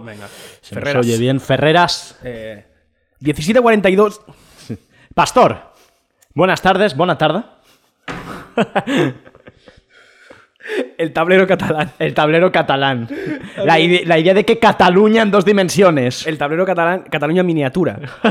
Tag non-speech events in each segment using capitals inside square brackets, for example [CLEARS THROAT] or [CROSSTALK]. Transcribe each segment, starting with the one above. Venga. Se nos oye bien. Ferreras. Eh, [LAUGHS] 17.42. Pastor. Buenas tardes, buena tarde. [LAUGHS] el tablero catalán. El tablero [LAUGHS] catalán. La, ide- la idea de que Cataluña en dos dimensiones. El tablero catalán, Cataluña miniatura. [LAUGHS]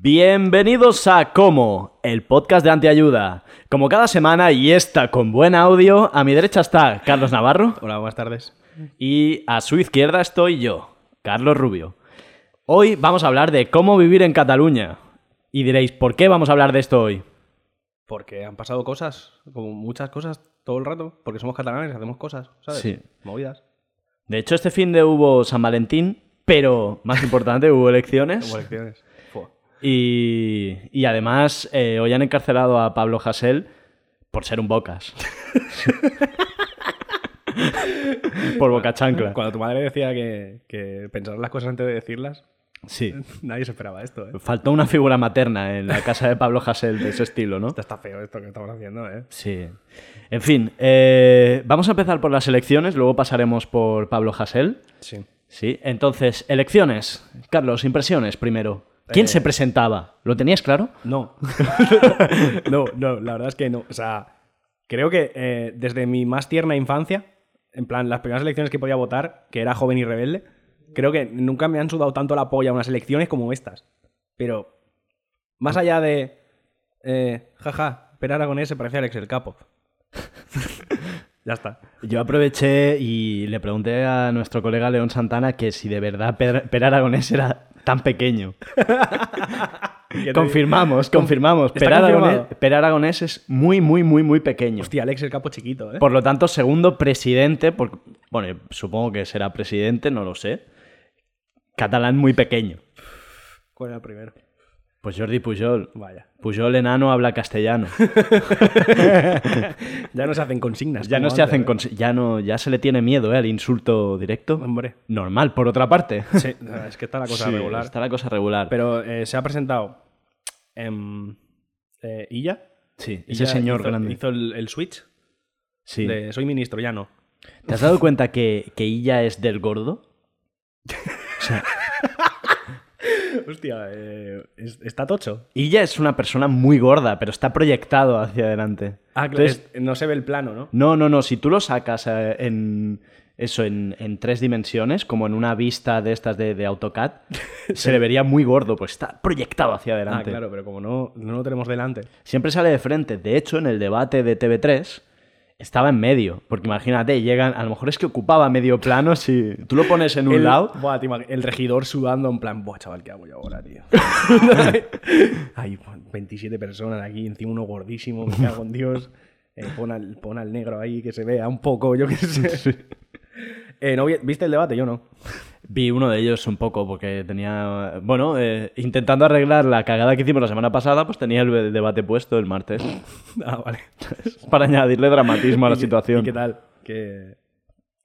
Bienvenidos a Como, el podcast de Antiayuda. Como cada semana y esta con buen audio, a mi derecha está Carlos Navarro Hola, buenas tardes. y a su izquierda estoy yo, Carlos Rubio. Hoy vamos a hablar de cómo vivir en Cataluña. Y diréis, ¿por qué vamos a hablar de esto hoy? Porque han pasado cosas, como muchas cosas, todo el rato. Porque somos catalanes, hacemos cosas, ¿sabes? Sí. Movidas. De hecho, este fin de hubo San Valentín, pero más importante, hubo elecciones. Como [LAUGHS] elecciones. Fua. Y, y además, eh, hoy han encarcelado a Pablo Hasél por ser un bocas. [LAUGHS] por boca chancla. Cuando tu madre decía que, que pensar las cosas antes de decirlas, [LAUGHS] Sí. nadie se esperaba esto, ¿eh? Faltó una figura materna en la casa de Pablo Hasél de ese estilo, ¿no? Esto está feo esto que estamos haciendo, ¿eh? Sí. En fin, eh, vamos a empezar por las elecciones, luego pasaremos por Pablo Hasél. Sí. Sí, entonces, elecciones. Carlos, impresiones primero. ¿Quién Eh, se presentaba? ¿Lo tenías claro? No. [LAUGHS] no, no, la verdad es que no. O sea, creo que eh, desde mi más tierna infancia, en plan, las primeras elecciones que podía votar, que era joven y rebelde, creo que nunca me han sudado tanto la polla unas elecciones como estas. Pero, más allá de. Eh, jaja, Per Aragonés se parece a Alex el Capo. [LAUGHS] ya está. Yo aproveché y le pregunté a nuestro colega León Santana que si de verdad Per, Per Aragonés era tan pequeño. ¿Qué te- confirmamos, confirmamos. ¿Está Per Aragonés, confirmado? Per Aragonés es muy, muy, muy, muy pequeño. Hostia, Alex el Capo chiquito, ¿eh? Por lo tanto, segundo presidente, por- bueno, supongo que será presidente, no lo sé. Catalán muy pequeño. ¿Cuál era el primero? Pues Jordi Pujol. Vaya. Pues Pujol enano habla [LAUGHS] castellano. Ya no se hacen consignas. Ya no como se antes, hacen ¿eh? cons- ya no ya se le tiene miedo ¿eh? al insulto directo. Hombre. Normal, por otra parte. Sí, es que [LAUGHS] está la cosa Sí, regular. Está la cosa regular. Pero eh, se ha presentado em, eh, Illa. Sí, Illa ese señor hizo, grande. Hizo el, el switch Sí. de soy ministro, ya no. [LAUGHS] ¿Te has dado cuenta que, que Illa es del gordo? Hostia, eh, es- está tocho. Illa es una persona muy gorda, pero está proyectado hacia adelante. Ah, claro, Entonces, es- no se ve el plano, ¿no? Ah, no, no, no. Si tú lo sacas eh, en eso, en, en tres dimensiones, como en una vista de estas de, de [LAUGHS] AutoCAD, se le vería muy gordo, pues está proyectado hacia Ah, adelante. claro, pero como no, no lo tenemos delante. Siempre sale de frente. De hecho, en el debate de TV3 estaba en medio. Porque imagínate, llegan. A lo mejor es que ocupaba medio plano. Si tú lo pones en un el, lado. Buah, te imag- el regidor sudando en plan, buah, chaval, ¿qué hago yo [LAUGHS] ahora, tío? Hay 27 personas aquí, encima uno gordísimo, me cago [LAUGHS] en Dios. Eh, pon, al, pon al negro ahí que se vea un poco, yo qué sé. Eh, ¿no vi- ¿Viste el debate? Yo no. Vi uno de ellos un poco porque tenía... Bueno, eh, intentando arreglar la cagada que hicimos la semana pasada, pues tenía el debate puesto el martes. [LAUGHS] [LAUGHS] Ah, vale. para añadirle dramatismo a la [LAUGHS] ¿Y qué- situación. ¿Y qué tal? Que...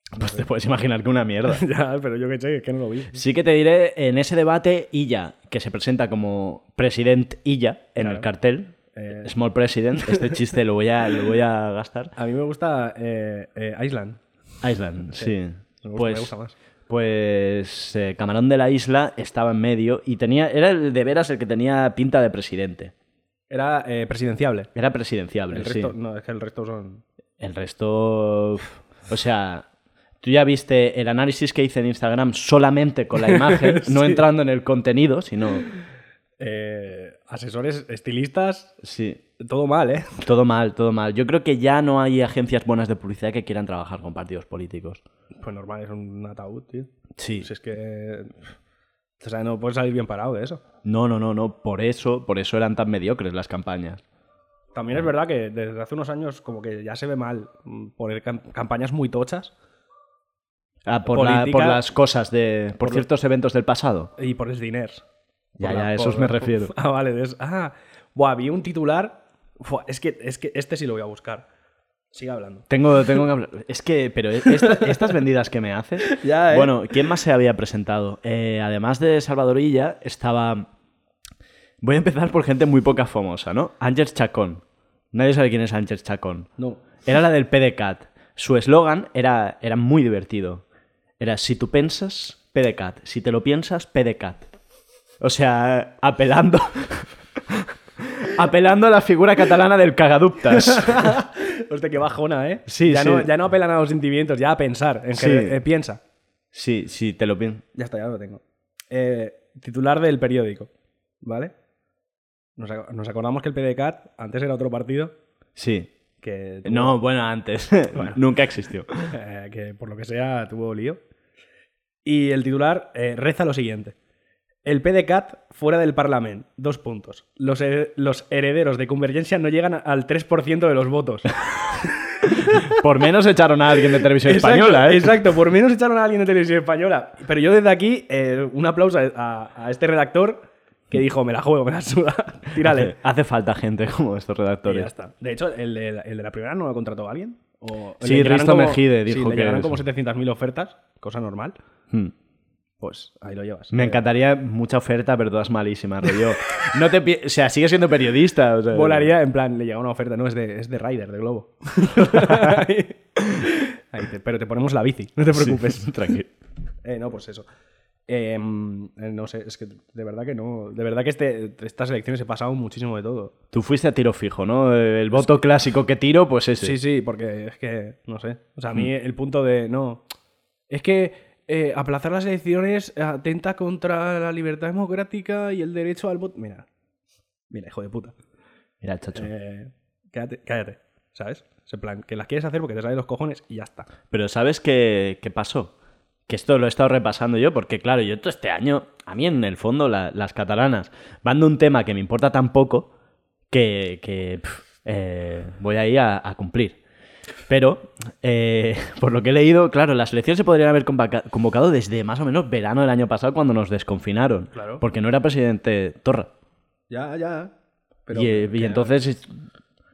[LAUGHS] Pues te puedes imaginar que una mierda. ya, pero yo qué sé, es que no lo vi. Sí que te diré, en ese debate, Illa, que se presenta como President Illa en el cartel, Eh. Small President, este chiste lo voy a, lo voy a gastar. A mí me gusta eh, eh, Island. Island, sí. Me gusta, pues, me gusta más. Pues eh, Camarón de la Isla estaba en medio y tenía era el de veras el que tenía pinta de presidente. Era eh, presidenciable. Era presidenciable, El sí. resto, no, es que el resto son... El resto... uf, O sea, tú ya viste el análisis que hice en Instagram solamente [LAUGHS] con la imagen, no entrando en el contenido, sino... eh, asesores, estilistas, Sí. todo mal, ¿eh? Todo mal, todo mal. Yo creo que ya no hay agencias buenas de publicidad que quieran trabajar con partidos políticos. Pues normal, es un ataúd, tío. Sí. Si es que. O sea, no puedes salir bien parado de eso. No, no, no, no. Por eso, por eso eran tan mediocres las campañas. También es Mm. verdad que desde hace unos años como que ya se ve mal mm, poner cam- campañas muy tochas Ah, por, la- Política- por las cosas de. Por, Por lo- ciertos eventos del pasado. y por el dinero. Ya, Por ya, la- a esos por- me [LAUGHS] refiero. Ah, vale. de eso. ah, buah, vi un titular. Buah, es, que, es que este sí lo voy a buscar. Sigue hablando. Tengo, tengo que hablar. Es que, pero e-, esta- estas vendidas que me haces. [LAUGHS] Ya, ¿eh? Bueno, ¿quién más se había presentado? Eh, además de Salvadorilla, estaba. Voy a empezar por gente muy poca famosa, ¿no? Ángel Chacón. Nadie sabe quién es Ángel Chacón. No. Era la del PDCAT. Su eslogan era, era muy divertido. Era, si tú piensas, PDCAT. Si te lo piensas, PDCAT. O sea, apelando... [LAUGHS] apelando a la figura catalana del [LAUGHS] cagaductas. Hostia, qué bajona, ¿eh? Sí, ya sí. No, ya no apelan a los sentimientos, ya a pensar. En Sí. que, eh, piensa. Sí, sí, te lo piensas. Ya está, ya lo tengo. Eh, titular del periódico, ¿vale? Nos, ac- nos acordamos que el PDCAT antes era otro partido Sí. que... tuvo- No, bueno, antes. [LAUGHS] Nunca existió. eh, que por lo que sea tuvo lío. Y el titular eh, reza lo siguiente. El PDCAT fuera del Parlamento. Dos puntos. Los, her- los herederos de Convergencia no llegan al 3% de los votos. Por menos echaron a alguien de televisión [LAUGHS] española, ¿eh? Exacto, por menos echaron a alguien de televisión española. Pero yo desde aquí, eh, un aplauso a, a- a este redactor que dijo, me la juego, me la suda, [LAUGHS] tírale. [LAUGHS] Hace, hace falta gente como estos Y redactores. ya está. De hecho, el de, la- el de la primera no lo contrató a alguien. O Sí, le llegaron Risto como- Mejide sí, dijo le que llegaron eso. como 700.000 ofertas, cosa normal. Hmm. Pues ahí lo llevas. Me Eh, encantaría mucha oferta, pero todas malísimas, [LAUGHS] rollo. No te pi- o sea, sigue siendo periodista. o sea- Volaría, en plan, le llega una oferta, no, es de, es de Rider, [LAUGHS] de Globo. Ahí te- pero te ponemos la bici, no te Sí, preocupes. [LAUGHS] tranquilo. Eh, no, pues eso. Em, eh, no sé, es que de verdad que no. De verdad que este, estas elecciones he pasado muchísimo de todo. Tú fuiste a tiro fijo, ¿no? El voto clásico que tiro, pues ese. Sí, sí, porque es que, no sé. O sea, a mí el punto de, no. Es que eh, aplazar las elecciones atenta contra la libertad democrática y el derecho al voto. Mira, mira, hijo de puta. Mira, chacho. Eh, cállate, cállate, ¿sabes? Es en plan, que las quieres hacer porque te salen los cojones y ya está. Pero ¿sabes qué, qué pasó? Que esto lo he estado repasando yo, porque claro, yo todo este año, a mí en el fondo, la- las catalanas van de un tema que me importa tan poco que, que, pf, eh, voy ahí a, a cumplir. Pero, eh, [LAUGHS] por lo que he leído, claro, las elecciones se podrían haber convoca- convocado desde más o menos verano del año pasado cuando nos desconfinaron. Claro. Porque no era presidente Torra. Ya, ya. y, eh, y entonces es-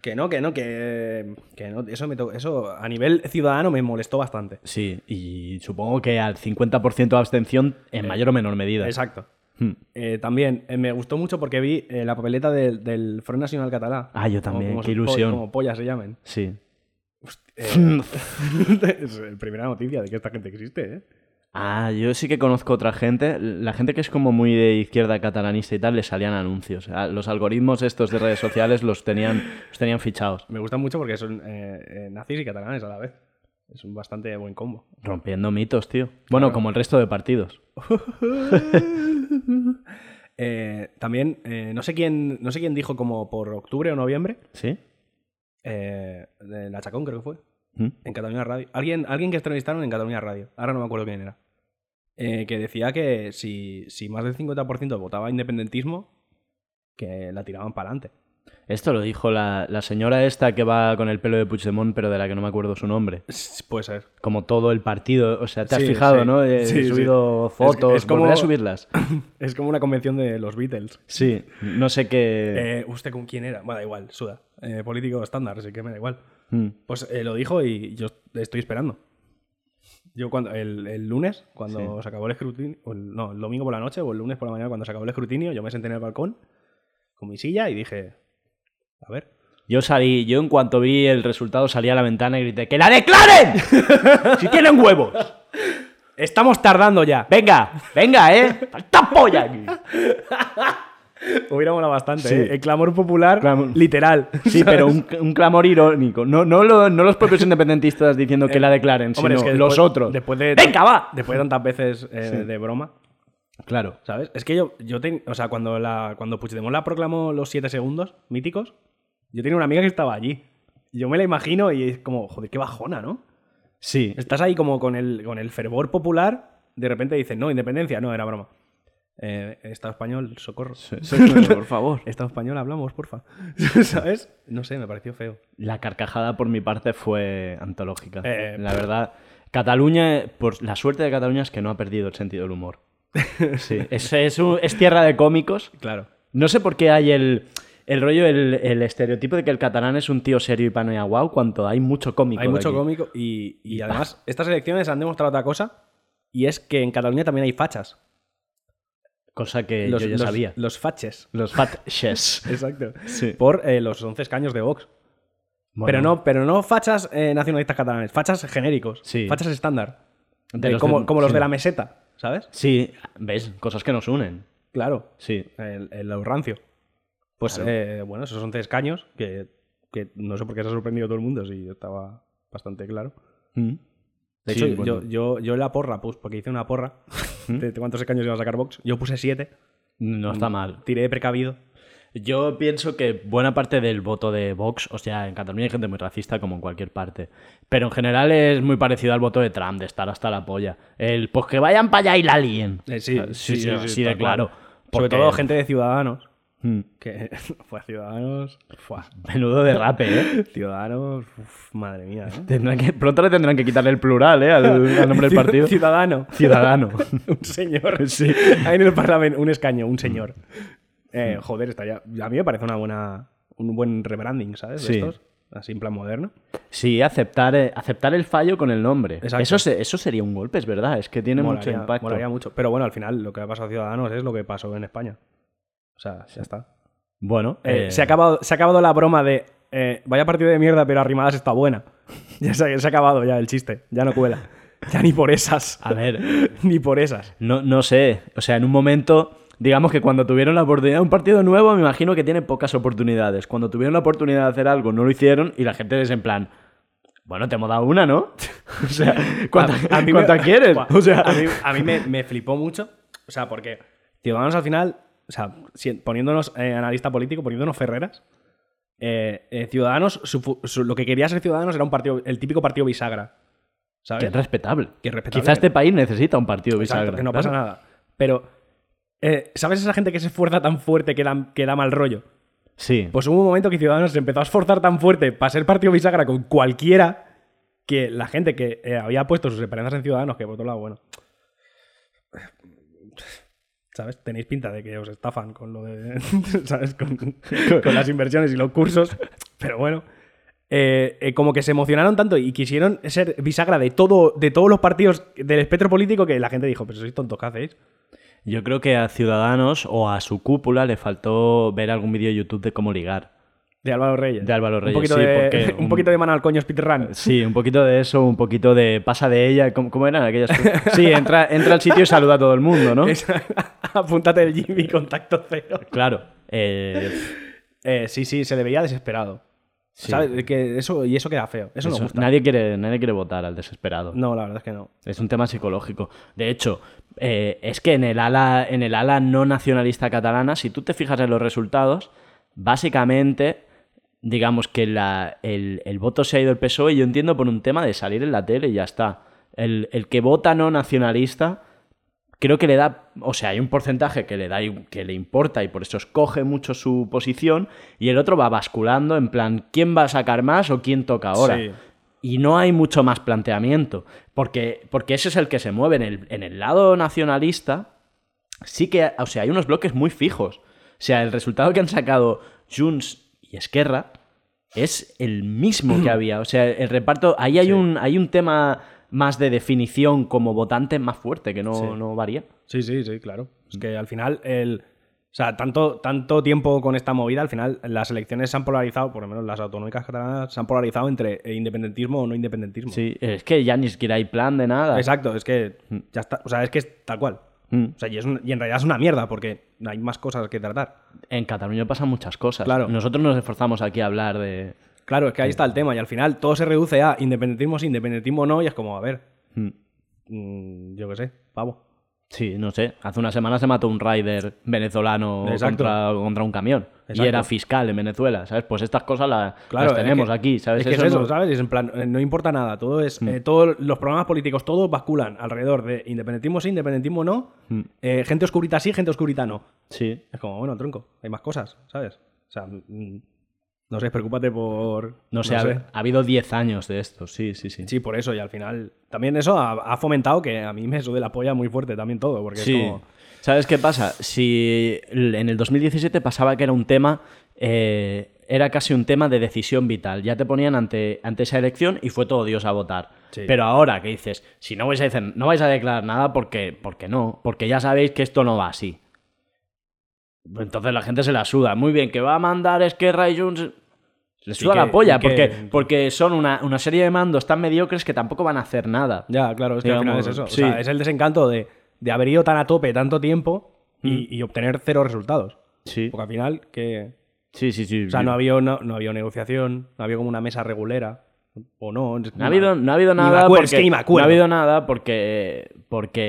Que no, que no, que, que no. Eso, me to- eso a nivel ciudadano me molestó bastante. Sí, y supongo que al 50% de abstención en mayor o menor medida. Exacto. Hmm. Eh, también eh, me gustó mucho porque vi eh, la papeleta del, del Front Nacional Catalán. Ah, yo también, Como- como qué se- ilusión. Como pollas se llamen. [LAUGHS] Sí. es la primera noticia de que esta gente existe, ¿eh? Ah, yo sí que conozco otra gente. La gente que es como muy de izquierda catalanista y tal, le salían anuncios. Ah, Los algoritmos estos de redes sociales los tenían, los tenían fichados. Me gusta mucho porque son eh, eh, nazis y catalanes a la vez. Es un bastante buen combo. [LAUGHS] Rompiendo mitos, tío. Bueno, como el resto de partidos. Eh, también, eh, no, sé quién, no sé quién dijo como por octubre o noviembre, ¿Sí? eh, de la Chacón creo que fue, ¿Mm? en Cataluña Radio. Alguien, alguien que entrevistaron en Cataluña Radio, ahora no me acuerdo quién era, eh, que decía que si, si más del 50% votaba independentismo, que la tiraban para adelante. Esto lo dijo la, la señora esta que va con el pelo de Puigdemont, pero de la que no me acuerdo su nombre. Puede ser. Como todo el partido. O sea, te has Sí, fijado, sí. ¿no? He Sí, sí. subido Es- fotos. es como- Volveré a subirlas. [COUGHS] Es como una convención de los Beatles. Sí, no sé qué... Eh, ¿Usted con quién era? Bueno, da igual, suda. Eh, político estándar, así que me da igual. Mm. Pues eh, lo dijo y yo estoy esperando. Yo cuando el, el lunes, cuando se acabó el escrutinio, o el- no, el domingo por la noche o el lunes por la mañana cuando se acabó el escrutinio, yo me senté en el balcón con mi silla y dije, a ver. Yo salí, yo en cuanto vi el resultado salí a la ventana y grité, ¡que la [LAUGHS] declaren! ¡Si tienen huevos! Estamos tardando ya. ¡Venga! ¡Venga, eh! ¡Falta polla aquí! Hubiera molado bastante. Sí. ¿eh? El clamor popular, Clamor. literal. Sí, [LAUGHS] pero un, un clamor irónico. No, no, lo- no los propios independentistas diciendo que la declaren, Hombre, sino es que los después- otros. Después de, ¡Venga, va! Después de tantas veces eh, de broma, Claro. ¿Sabes? Es que yo, yo ten- o sea, cuando, la, cuando Puigdemont la proclamó los 7 segundos míticos, yo tenía una amiga que estaba allí. Y Yo me la imagino y es como, joder, qué bajona, ¿no? Sí. Estás ahí como con el, con el fervor popular, de repente dices, no, independencia, no, era broma. eh, Estado español, socorro. [LAUGHS] Por favor. Estado español, hablamos, porfa. [LAUGHS] ¿Sabes? No sé, me pareció feo. La carcajada por mi parte fue antológica. Eh, la verdad, Cataluña, por la suerte de Cataluña es que no ha perdido el sentido del [LAUGHS] humor. Sí, es, es un- es tierra de cómicos. Claro. No sé por qué hay el, el rollo, el, el estereotipo de que el catalán es un tío serio y pano y aguau, cuando hay mucho cómico. Hay de mucho aquí. cómico y, y además estas elecciones han demostrado otra cosa y es que en Cataluña también hay fachas. Cosa que yo ya sabía. Los faches. Los fat [LAUGHS] chefs. Exacto. Sí. Por eh, los 11 escaños de Vox. Bueno, Pero no, pero no fachas eh, nacionalistas catalanes, fachas genéricos, Sí. fachas estándar. De Eh, los como de- como los sí. de la meseta, ¿sabes? Sí, ves, cosas que nos unen. Claro. Sí. El, el rancio. Pues eh, bueno, esos 11 escaños que, que no sé por qué se ha sorprendido todo el mundo, si estaba bastante claro. Mm. De Sí, hecho, bueno. ¿Mm? yo, yo, yo en la porra, pues porque hice una porra de de cuántos escaños iba a sacar Vox, yo puse 7, No Mm. está mal. tiré de precavido. Yo pienso que buena parte del voto de Vox, o sea, en Cataluña hay gente muy racista como en cualquier parte, pero en general es muy parecido al voto de Trump, de estar hasta la polla. El, pues que vayan para allá y la líen. Eh, sí, Ah, sí, sí, sí, sí, así sí, de tal claro. cual. Porque- Sobre todo gente de Ciudadanos, Mm. que [LAUGHS] fue Ciudadanos, fuá, Menudo derrape, ¿eh? [LAUGHS] Ciudadanos, uf, madre mía. ¿eh? Tendrán que- pronto le tendrán que quitarle el plural, ¿eh? Al, al [LAUGHS] nombre del partido. Ciudadano. [LAUGHS] Ciudadano. [LAUGHS] un [LAUGHS] señor. Sí. Mm. Ahí en el Parlamento, un escaño, un señor. Eh, joder, estaría. A mí me parece una buena, un buen rebranding, ¿sabes? De Sí. estos, así en plan moderno. Sí, aceptar, eh, aceptar el fallo con el nombre. Exacto. Eso, se- eso sería un golpe, es verdad. Es que tiene mucho impacto. molaría mucho. Pero bueno, al final lo que ha pasado a Ciudadanos es lo que pasó en España. O sea, ya está. Bueno, Eh, eh, Se, ha acabado, se ha acabado la broma de eh, vaya partido de mierda, pero Arrimadas está buena. [LAUGHS] Ya se, ha- se ha acabado ya el chiste. Ya no [LAUGHS] cuela. Ya ni por esas. A ver. [LAUGHS] ni por esas. No, no sé. O sea, en un momento, digamos que cuando tuvieron la oportunidad de un partido nuevo, me imagino que tienen pocas oportunidades. Cuando tuvieron la oportunidad de hacer algo, no lo hicieron y la gente es en plan. Bueno, te hemos dado una, ¿no? [LAUGHS] O sea, ¿cuánta, A mí me- [LAUGHS] cuánta quieres? Buah, O sea, a mí, a mí me, me flipó mucho. O sea, porque Ciudadanos al final, o sea, si- poniéndonos eh, analista político, poniéndonos Ferreras, eh, eh, Ciudadanos, su fu- su- lo que quería ser Ciudadanos era un partido, el típico partido bisagra. que ¿Sabes? es respetable. Que es respetable. Quizás este país necesita un partido bisagra. Exacto, que no pasa claro. nada. Pero, eh, ¿sabes esa gente que se esfuerza tan fuerte que da, que da mal rollo? Sí. Pues hubo un momento que Ciudadanos se empezó a esforzar tan fuerte para ser partido bisagra con cualquiera que la gente que eh, había puesto sus esperanzas en Ciudadanos, que por otro lado, bueno. ¿Sabes? Tenéis pinta de que os estafan con lo de. [LAUGHS] ¿Sabes? Con, con las inversiones y los cursos. Pero bueno. Eh, eh, como que se emocionaron tanto y quisieron ser bisagra de, todo, de todos los partidos del espectro político que la gente dijo: Pero sois tontos, ¿qué hacéis? Yo creo que a Ciudadanos o a su cúpula le faltó ver algún vídeo de YouTube de cómo ligar. De Álvaro Reyes. De Álvaro Reyes, Un poquito, sí, de, porque [LAUGHS] un... un- poquito de mano al coño Speedrun. Sí, un poquito de eso, un poquito de pasa de ella. ¿Cómo, cómo eran aquellas [LAUGHS] cosas? Sí, entra, entra al sitio y saluda a todo el mundo, ¿no? Esa- [LAUGHS] Apúntate el Jimmy, contacto cero. Claro. Eh, Eh, sí, sí, se le veía desesperado. ¿Sabes? Que eso, y eso queda feo. Eso, Eso, no gusta. Nadie quiere, nadie quiere votar al desesperado. No, la verdad es que no. Es un tema psicológico. De hecho, eh, es que en el, ala, en el ala no nacionalista catalana, si tú te fijas en los resultados, básicamente, digamos que la- el, el voto se ha ido al PSOE, E yo entiendo por un tema de salir en la tele y ya está. El, el que vota no nacionalista, creo que le da, o sea, hay un porcentaje que le da i- que le importa y por eso escoge mucho su posición y el otro va basculando en plan quién va a sacar más o quién toca ahora. Sí. Y no hay mucho más planteamiento, porque, porque ese es el que se mueve en el, en el lado nacionalista. Sí que, o sea, hay unos bloques muy fijos. O sea, el resultado que han sacado Junts y Esquerra es el mismo [CLEARS THROAT] que había. O sea, el reparto, ahí hay, un, hay un tema más de definición como votante más fuerte, que no, no varía. Sí, sí, sí, claro. Es que al final, el. O sea, tanto, tanto tiempo con esta movida, al final las elecciones se han polarizado, por lo menos las autonómicas catalanas, se han polarizado entre eh, independentismo o no independentismo. Sí, es que ya ni siquiera hay plan de nada. Exacto, es que ya está. O sea, es que es tal cual. Mm. O sea, y, es un- y en realidad es una mierda porque hay más cosas que tratar. En Cataluña pasan muchas cosas. Claro. Nosotros nos esforzamos aquí a hablar de... Claro, es que ahí está el tema y al final todo se reduce a independentismo sí, independentismo no y es como, a ver, Mm. mm, yo qué sé, pavo. Sí, no sé. Hace una semana se mató un rider venezolano Exacto. contra, contra un camión. Exacto. Y era fiscal en Venezuela, ¿sabes? Pues estas cosas la- las es tenemos que- aquí, ¿sabes? Es que es eso, no- Mm. ¿sabes? Es en plan, eh, no importa nada. Todo es. eh, todos los programas políticos, todos basculan alrededor de independentismo sí, independentismo no. Mm. eh, gente oscurita sí, gente oscurita no. Sí. Es como, bueno, tronco, hay más cosas, ¿sabes? O sea, mm, no sé, preocúpate por. No sé, ha- Ha, habido 10 años de esto, sí, sí, sí. Sí, por eso, y al final. También eso ha, ha fomentado que a mí me sube la polla muy fuerte también todo, porque Sí. es como. ¿Sabes qué pasa? Si l- en el 2017 pasaba que era un tema, eh, era casi un tema de decisión vital. Ya te ponían ante, ante esa elección y fue todo Dios a votar. Sí. Pero ahora que dices, si no vais a decir- no vais a declarar nada porque, porque no, porque ya sabéis que esto no va así. Entonces la gente se la suda. Muy bien, que va a mandar Esquerra y Junts. Les suda que- la polla, y que- porque, porque son una, una serie de mandos tan mediocres que tampoco van a hacer nada. Ya, claro, es que al final Digamos, es eso. O sí. sea, es el desencanto de, de haber ido tan a tope tanto tiempo y, y obtener cero resultados. Mm. Sí. Porque al final, que. Sí, sí, sí. O sea, no había, no, no había negociación, no había como una mesa regulera. O no. es- No ha habido, no ha habido Ni me nada. acuerdo, es porque, que ni me No acuerdo. ha habido nada porque,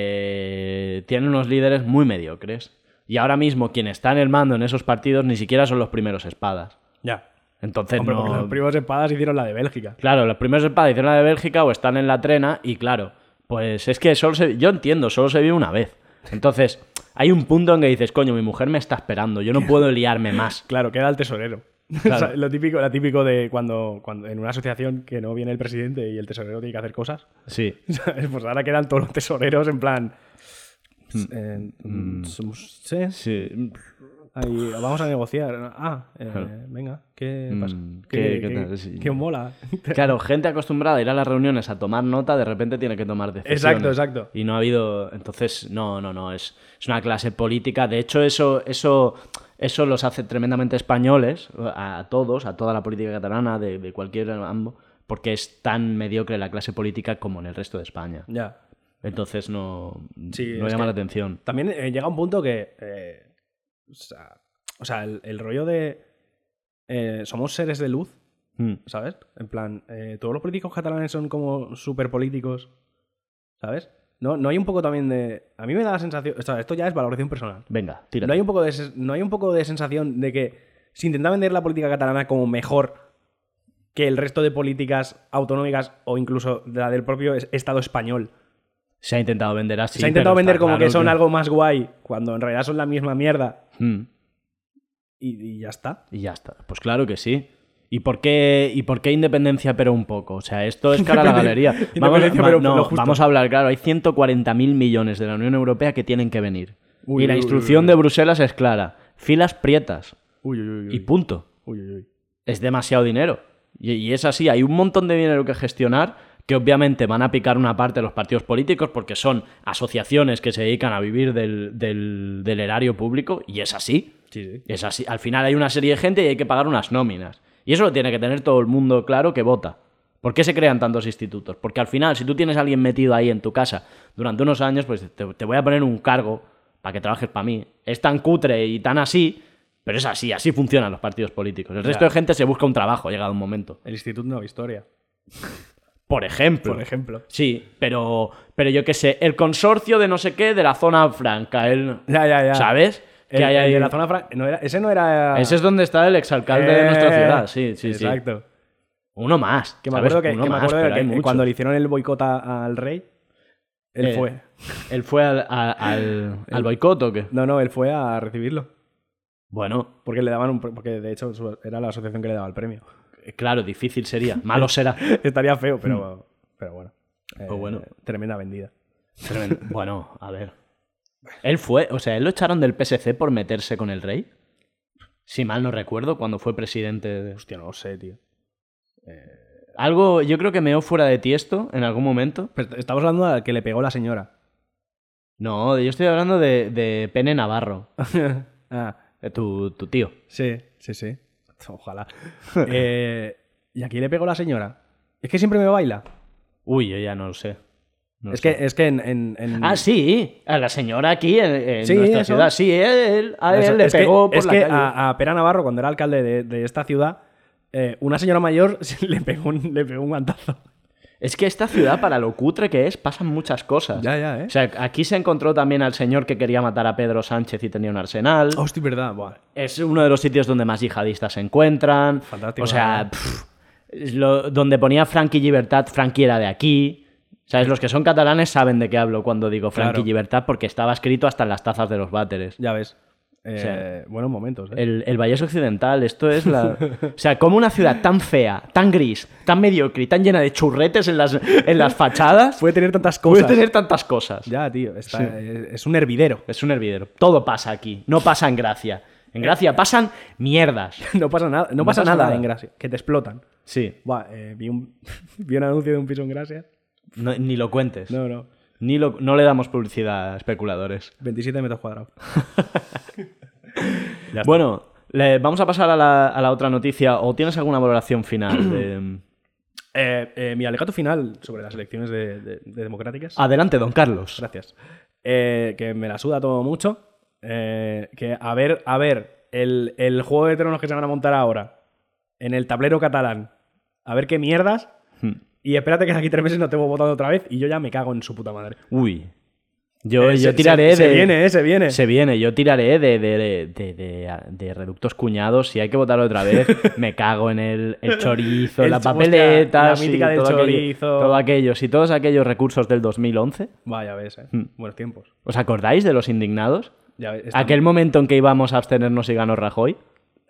porque tienen unos líderes muy mediocres. Y ahora mismo quien está en el mando en esos partidos ni siquiera son los primeros espadas. Ya. Entonces Hombre, porque Pues no... los primeros espadas hicieron la de Bélgica. Claro, los primeros espadas hicieron la de Bélgica o están en la trena y claro, pues es que solo se... Yo entiendo, solo se vive una vez. Entonces, hay un punto en que dices, coño, mi mujer me está esperando, yo no puedo liarme más. Claro, queda el tesorero. [LAUGHS] Claro. O sea, lo típico, la típico de cuando, cuando en una asociación que no viene el presidente y el tesorero tiene que hacer cosas. [LAUGHS] Sí. ¿sabes? Pues ahora quedan todos los tesoreros en plan. Hmm. eh, somos- sí, Sí. ahí, vamos a negociar. Ah, eh, venga, ¿qué pasa? Mm, ¿Qué, ¿qué- qué tal? qué- Sí. qué os mola? [LAUGHS] Claro, gente acostumbrada a ir a las reuniones a tomar nota, de repente tiene que tomar decisiones. Exacto, exacto. Y no ha habido. Entonces, no, no, no. Es, es una clase política. De hecho, eso, eso, eso los hace tremendamente españoles, a, a todos, a toda la política catalana, de, de cualquier ambos, porque es tan mediocre la clase política como en el resto de España. ya. Entonces no, Sí, no es llama que- la atención. También eh, llega un punto que. eh, o sea, o sea, el, el rollo de. eh, somos seres de luz, Mm. ¿sabes? En plan, eh, todos los políticos catalanes son como super políticos, ¿sabes? No, no hay un poco también de. A mí me da la sensación. O sea, esto ya es valoración personal. Venga, tírate. ¿No hay, un poco de, ses- ¿No hay un poco de sensación de que se intenta vender la política catalana como mejor que el resto de políticas autonómicas o incluso de la del propio es- Estado español? Se ha intentado vender así. se ha intentado pero está vender como claro que son algo más guay cuando en realidad son la misma mierda Mm. y, y ya está. Y ya está. Pues claro que sí. ¿Y por qué, y por qué independencia pero un poco? O sea, esto es [LAUGHS] cara a la galería. Vamos, a- Independencia, va- pero no, lo justo. vamos a hablar, claro, hay 140.000 millones de la Unión Europea que tienen que venir. Uy, y la uy, uy, instrucción de Bruselas es clara. Filas prietas. Uy, uy, uy. Y punto. Es demasiado dinero. Y, y es así, hay un montón de dinero que gestionar que obviamente van a picar una parte de los partidos políticos porque son asociaciones que se dedican a vivir del, del- del erario público y es así. Es así. Al final hay una serie de gente y hay que pagar unas nóminas. Y eso lo tiene que tener todo el mundo claro que vota. ¿Por qué se crean tantos institutos? Porque al final, si tú tienes a alguien metido ahí en tu casa durante unos años, pues te, te voy a poner un cargo para que trabajes para mí. Es tan cutre y tan así, pero es así, así funcionan los partidos políticos. El resto de gente se busca un trabajo, llegado un momento. El Instituto Nueva Historia, Por ejemplo. por ejemplo. Sí, pero, pero yo qué sé, el consorcio de no sé qué de la zona franca, el, Ya, ya, ya. ¿sabes? El- que hay el ahí- de la zona franca. No era, ese no era. Ese es donde está el exalcalde de nuestra ciudad, sí, sí, sí. Eh, Exacto. Uno más. Que me ¿sabes? acuerdo que, Uno que me más, acuerdo pero que- hay que mucho. cuando le hicieron el boicot a- al rey, él Eh, fue. ¿Él fue al, a- al, al boicot o qué? No, no, él fue a recibirlo. Bueno, Porque le daban un pre- porque de hecho su- era la asociación que le daba el premio. [LAUGHS] claro, difícil sería. Malo será. Estaría feo, pero, pero bueno. Eh, Hmm. Pues bueno. Tremenda vendida. Tremendo. Bueno, a ver. Él fue, o sea, él lo echaron del PSC por meterse con el rey. Si mal no recuerdo, cuando fue presidente de... Hostia, no lo sé, tío. Eh, Algo, yo creo que meó fuera de tiesto en algún momento. Pero estamos hablando al que le pegó la señora. No, yo estoy hablando de, de Pene [LAUGHS] Navarro, ah, eh, tu, tu tío. sí, sí, sí. [LAUGHS] Ojalá. Eh, ¿Y aquí le pegó la señora? Es que siempre me baila. Uy, yo ya no lo sé. No es, sé. que, es que en. en- en- Ah, sí, a la señora aquí en, en Sí, nuestra eso. ciudad. Sí, él, a él Eso, le es que- pegó por es la que calle. A, a Pera Navarro, cuando era [LAUGHS] alcalde de, de esta ciudad, eh, una señora mayor le pegó un, le pegó un guantazo. Es que esta ciudad, para lo cutre que es, pasan muchas cosas. Ya, ya, ¿eh? O sea, aquí se encontró también al señor que quería matar a Pedro Sánchez y tenía un arsenal. Ah, Hostia, verdad. Buah. Es uno de los sitios donde más yihadistas se encuentran. Fantástico, O sea, ¿no? pff, es lo- donde ponía Frankie Libertad, Frankie era de aquí. ¿Sabes? Los que son catalanes saben de qué hablo cuando digo Frankie Claro. Libertad porque estaba escrito hasta en las tazas de los váteres. Ya ves. Eh, sea, buenos momentos. ¿eh? El, el Vallés Occidental, esto es la. O sea, como una ciudad tan fea, tan gris, tan mediocre y tan llena de churretes en las, en las fachadas. [LAUGHS] Puede tener tantas Puede cosas. tener tantas cosas. [LAUGHS] Ya, tío. está- eh, Es un hervidero. Es un hervidero. Todo pasa aquí. No pasa en Gracia. En Gracia pasan mierdas. [LAUGHS] No pasa nada, no pasa pasa nada, nada. en Gracia. Que te explotan. Sí. Buah, eh, vi, un, [LAUGHS] vi un anuncio de un piso en Gracia. No- ni lo cuentes. No, no. Ni lo- no le damos publicidad a especuladores. 27 metros cuadrados. Bueno, le- vamos a pasar a la, a la otra noticia. ¿O tienes alguna valoración final? [CLEARS THROAT] de- Eh, eh, mi alegato final sobre las elecciones de, de- de democráticas. Adelante, don Carlos. Gracias. Eh, que me la suda todo mucho. Eh, que a ver, a ver, el, el juego de tronos que se van a montar ahora en el tablero catalán. A ver qué mierdas. Hmm. Y espérate que de aquí tres meses no te voy votando otra vez y yo ya me cago en su puta madre. Uy. Yo, Eh, yo se- tiraré se- de. Se viene, eh, se viene. Se viene, yo tiraré de, de, de, de- de reductos cuñados. Si hay que votar otra [LAUGHS] vez, me cago en el, el chorizo, El las cho- papeletas, hostia, la mítica y del todo aquello- chorizo. todo aquellos y todos aquellos recursos del 2011. Vaya, ves, eh. Hmm. Buenos tiempos. ¿Os acordáis de los indignados? Ya ves, está- Aquel momento en que íbamos a abstenernos y ganó Rajoy.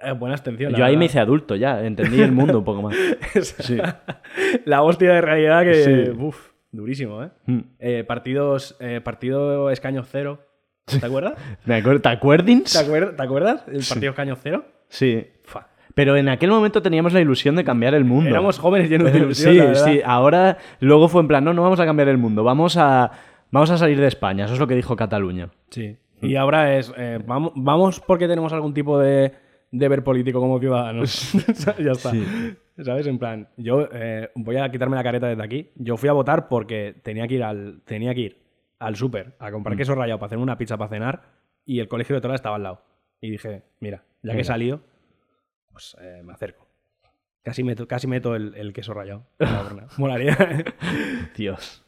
eh, buena abstención. la Yo ahí verdad. me hice adulto ya, entendí el mundo un poco [LAUGHS] más. Sí. La hostia de realidad que. Sí. Uf, durísimo, ¿eh? Mm. Eh, partidos. eh, partido escaño cero. ¿Te acuerdas? [LAUGHS] ¿Me acuerdo? ¿Te acuerdins? ¿Te, acuer- te acuerdas? El partido escaño cero. Sí. Fa. Pero en aquel momento teníamos la ilusión de cambiar el mundo. Éramos jóvenes [LAUGHS] llenos de Eh, ilusión. [LAUGHS] sí, la verdad. sí. Ahora luego fue en plan, no, no vamos a cambiar el mundo, vamos a, vamos a salir de España. Eso es lo que dijo Cataluña. Sí. Y ahora es. eh, vamos, vamos porque tenemos algún tipo de deber político como ciudadanos. [LAUGHS] ya está. ¿Sabes? En plan, yo eh, voy a quitarme la careta desde aquí. Yo fui a votar porque tenía que ir al, tenía que ir al súper a Mm. comprar queso rallado para hacer una pizza para cenar y el colegio de Tola estaba al lado. Y dije, mira, ya que he salido, pues eh, me acerco. Casi meto, casi meto el, el [LAUGHS] queso rallado. Cabrona. Molaría. Dios.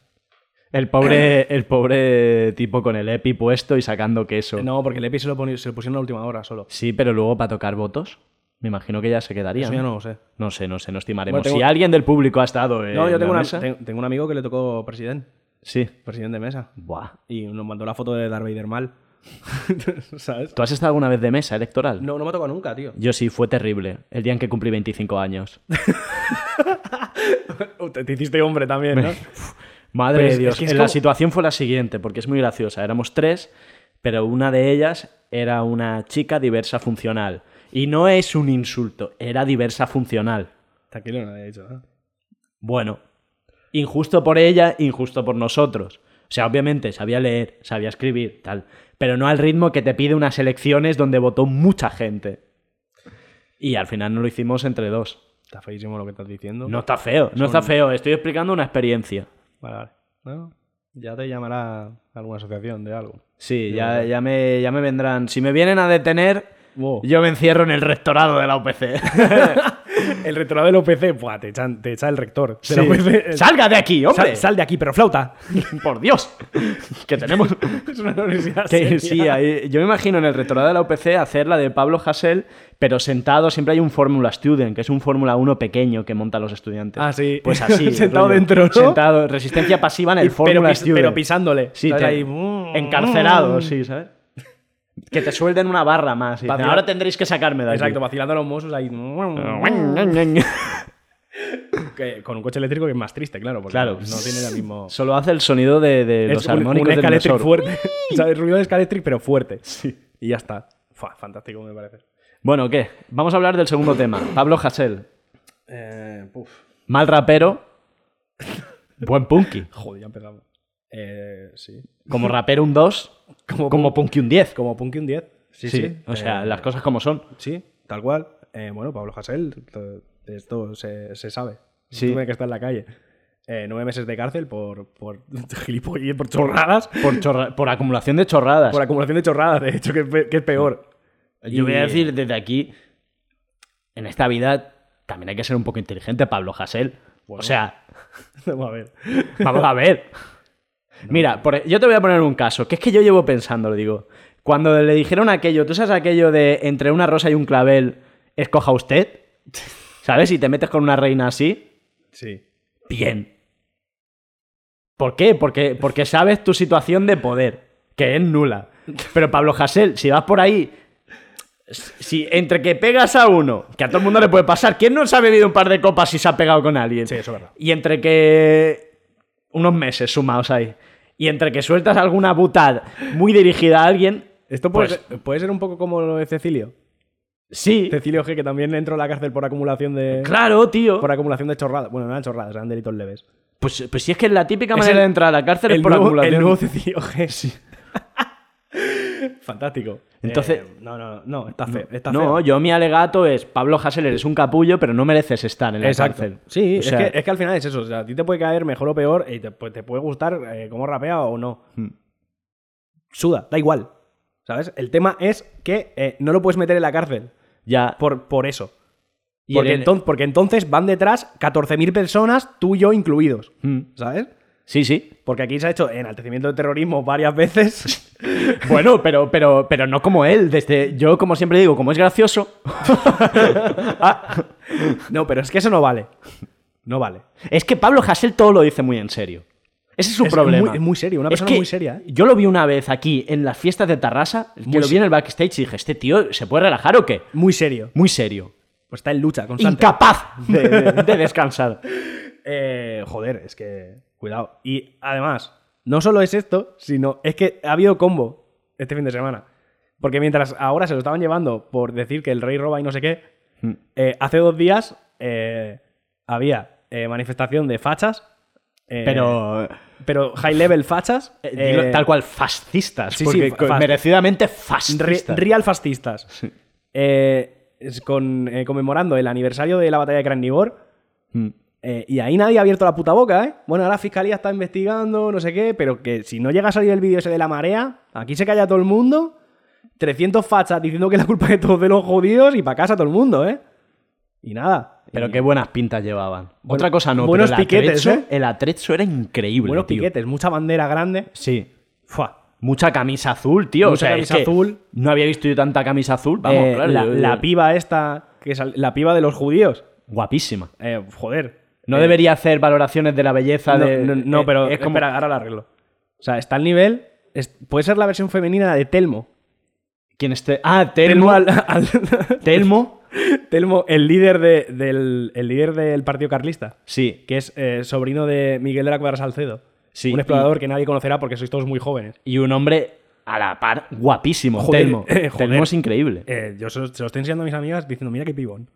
El pobre, [LAUGHS] el pobre tipo con el EPI puesto y sacando queso. no, porque el EPI se lo, poni- se lo pusieron a última hora solo. Sí, pero luego para tocar votos, me imagino que ya se quedaría. Eso ya no lo sé. No sé, no sé, no estimaremos. Bueno, tengo- Si alguien del público ha estado en No, yo la tengo, una- mesa- ten- tengo un amigo que le tocó presidente, Sí. presidente de mesa. Buah. Y nos mandó la foto de Darth Vader mal. [LAUGHS] ¿Sabes? ¿Tú has estado alguna vez de mesa electoral? No, no me tocó nunca, tío. Yo sí, fue terrible. El día en que cumplí 25 años. Te, te hiciste hombre también, [LAUGHS] ¿no? Madre Pero de es- Dios. es que es Eh, La como- situación fue la siguiente, porque es muy graciosa. Éramos tres, pero una de ellas era una chica diversa funcional. Y no es un insulto, era diversa funcional. Tranquilo, no lo había dicho. ¿no? Bueno, injusto por ella, injusto por nosotros. O sea, obviamente sabía leer, sabía escribir, tal, pero no al ritmo que te pide unas elecciones donde votó mucha gente. Y al final no lo hicimos entre dos. Está feísimo lo que estás diciendo. No está feo, no está feo, estoy explicando una experiencia. Vale, vale. No, ya te llamará alguna asociación de algo. Sí, ya, ya, me, ya me vendrán. Si me vienen a detener, yo me encierro en el rectorado de la OPC. El retornado del OPC, buah, te, echan- te echa el rector. Sí. Del OPC. ¡Salga de aquí, hombre! Sal, sal de aquí, pero flauta. ¡Por Dios! Que tenemos... [LAUGHS] es una universidad. Que [LAUGHS] seria. sí, ahí- yo me imagino en el rectorado de la UPC hacer la de Pablo Hassel, pero sentado siempre hay un Fórmula Student, que es un Fórmula 1 pequeño que montan los estudiantes. Ah, sí. Pues [LAUGHS] así. Sentado dentro, ¿no? Sentado, resistencia pasiva en el Y- pero, Fórmula pis- Student. pero pisándole. Sí, ¿sabes? te- Ahí, mm, encarcelado, mm. sí, ¿sabes? Que te suelden una barra más. y dicen, Vacila- Ahora tendréis que sacarme de aquí". Exacto, vacilando a los mozos ahí. Que- con un coche eléctrico que es más triste, claro. Porque Claro. No tiene el mismo. Solo hace el sonido de, de Es los un- un, armónicos del ska electric dinosaurio. fuerte. [LAUGHS] ¿Sabes? Ruido de ska electric, pero fuerte. Sí. Y ya está. Fua, fantástico, me parece. Bueno, ¿qué? Vamos a hablar del segundo tema. Pablo Hassel. Eh, puf. Mal rapero. Buen punky. Joder, ya empezamos. Eh, sí. Como rapero un 2, como, punky un 10. Como Punky un 10. Sí, sí, sí. o sea, Eh, las cosas como son. Sí, tal cual. Eh, bueno, Pablo Hasél, to- esto se, se sabe. Sí. Tuve que estar en la calle. Eh, nueve meses de cárcel por, por [LAUGHS] gilipollas, por chorradas. Por, chorra- por acumulación de chorradas. Por acumulación de chorradas, de hecho, que es, pe- que es peor. Yo voy Y- a decir desde aquí, en esta vida también hay que ser un poco inteligente, Pablo Hassel. O sea, [LAUGHS] Vamos a ver. Vamos a ver. [LAUGHS] Mira, por- e, yo te voy a poner un caso, que es que yo llevo pensando, lo digo. Cuando le dijeron aquello, tú sabes aquello de entre una rosa y un clavel, escoja [LAUGHS] usted, ¿sabes? Si te metes con una reina así, Sí. bien. ¿Por qué? Porque, porque sabes tu situación de poder, que es nula. Pero Pablo Hasél, si vas por ahí, si entre que pegas a uno, que a todo el mundo le puede pasar, ¿quién no se ha bebido un par de copas si se ha pegado con alguien? Sí, eso es verdad. Y entre que. Unos meses sumados ahí. Y entre que sueltas alguna butad muy dirigida a alguien. Esto puede, Pues- ser, puede ser un poco como lo de Cecilio. Sí. Cecilio G, que también entró a la cárcel por acumulación de. Claro, tío. Por acumulación de chorradas. Bueno, no eran chorradas, eran delitos leves. Pues, pues si es que la típica Es manera el- de entrar a la cárcel es el, por nuevo, acumulación. el nuevo Cecilio G, sí. [LAUGHS] Fantástico. Entonces- Eh, no, no, no, está feo. Está No, feo. yo mi alegato es Pablo Hassel, eres un capullo, pero no mereces estar en la Exacto. cárcel. Sí, O es, sea, que, es que al final es eso. O sea, a ti te puede caer mejor o peor y te, pues, te puede gustar eh, cómo rapea o no. Suda, da igual. ¿Sabes? El tema es que eh, no lo puedes meter en la cárcel ya. por, por eso. Y Porque, el- enton- porque entonces van detrás 14.000 personas, tú y yo incluidos. Mm. ¿Sabes? Sí, sí. Porque aquí se ha hecho enaltecimiento de terrorismo varias veces. [LAUGHS] Bueno, pero, pero, pero no como él. Desde, yo, como siempre digo, como es [LAUGHS] gracioso. Ah. No, pero es que eso no vale. No vale. Es que Pablo Hassel todo lo dice muy en serio. Ese es su Es problema. muy- es muy serio, una persona muy seria, ¿eh? Yo lo vi una vez aquí en las fiestas de Tarrasa, que Muy lo vi se- en el backstage y dije, ¿este tío se puede relajar o qué? Muy serio. Muy serio. Pues está en lucha constante. Incapaz de, de- [LAUGHS] de descansar. Eh, joder, es que. Cuidado. Y además, no solo es esto, sino es que ha habido combo este fin de semana. Porque mientras ahora se lo estaban llevando por decir que el rey roba y no sé qué, Hmm. eh, hace dos días eh, había eh, manifestación de fachas. eh, Pero Pero high level fachas. eh, dilo eh, tal cual, fascistas. sí, sí, porque fa- fa- merecidamente Re- fascistas. Real fascistas. Eh, es con, eh, conmemorando el aniversario de la batalla de Krasnivor. Mm. Eh, y ahí nadie ha abierto la puta boca, ¿eh? Bueno, ahora la fiscalía está investigando, no sé qué, pero que si no llega a salir el vídeo ese de la marea, aquí se calla todo el mundo. 300 fachas diciendo que la culpa es de todos de los judíos y para casa todo el mundo, ¿eh? Y nada. pero Y qué buenas pintas llevaban. Otra cosa no, buenos pero el piquetes, atrezo, ¿eh? el atrezo era increíble. buenos tío. piquetes, mucha bandera grande. Sí. Fua. Mucha camisa azul, tío. Mucha o sea, es camisa que azul. No había visto yo tanta camisa azul. Vamos, Eh, claro. la, yo- la piba esta, que sal- la piba de los judíos. Guapísima. Eh, joder. No Eh, debería hacer valoraciones de la belleza No, de. no, no, eh, pero es como- espera, ahora la arreglo. O sea, está al nivel. es- puede ser la versión femenina de Telmo. ¿Quién esté? Ah, Telmo. al- al- Telmo. [LAUGHS] Telmo, el líder, de- del, el líder del partido carlista, Sí. que es eh, sobrino de Miguel de la Cuadra Salcedo. Sí, un explorador que nadie conocerá porque sois todos muy jóvenes. Y un hombre a la par guapísimo. Joder, Telmo. eh, joder. Telmo es increíble. Eh, yo se, lo- se lo estoy enseñando a mis amigas diciendo, mira qué pibón.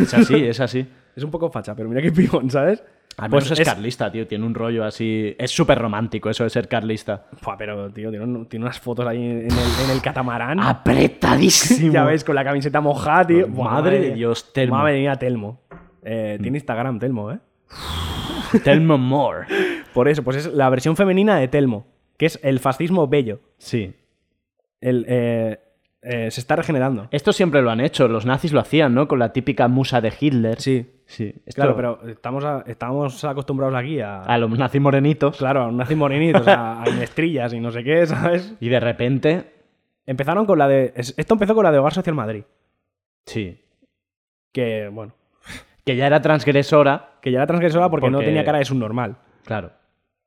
Es así, es así. Es un poco facha, pero mira qué [LAUGHS] pibón, ¿sabes? Al Pues menos es, es- carlista, tío. Tiene un rollo así. Es súper romántico eso de ser carlista. Fua, pero, tío, tiene, un- tiene unas fotos ahí en el, en el catamarán. [LAUGHS] Apretadísimo. [LAUGHS] Ya ves, con la camiseta mojada, tío. Madre Buah, de mía. Dios, Telmo. Mm. Madre mía, Telmo. Eh, Tiene Instagram, Telmo, ¿eh? Telmo More. Por eso, pues es la versión femenina de Telmo, que es el fascismo bello. Sí. El, eh, eh, se está regenerando. Esto siempre lo han hecho. Los nazis lo hacían, ¿no? Con la típica musa de Hitler. Sí. Sí. Esto- Claro, pero estamos, a- estamos acostumbrados aquí a... A los nazis morenitos. Claro, a un nazi morenitos, a, a inestrillas y no sé qué, ¿sabes? Y de repente. Empezaron con la de... es- Esto empezó con la de Hogar Social Madrid, Sí. que, bueno, Que ya era transgresora. que ya era transgresora porque, no Porque- tenía cara de subnormal, Claro.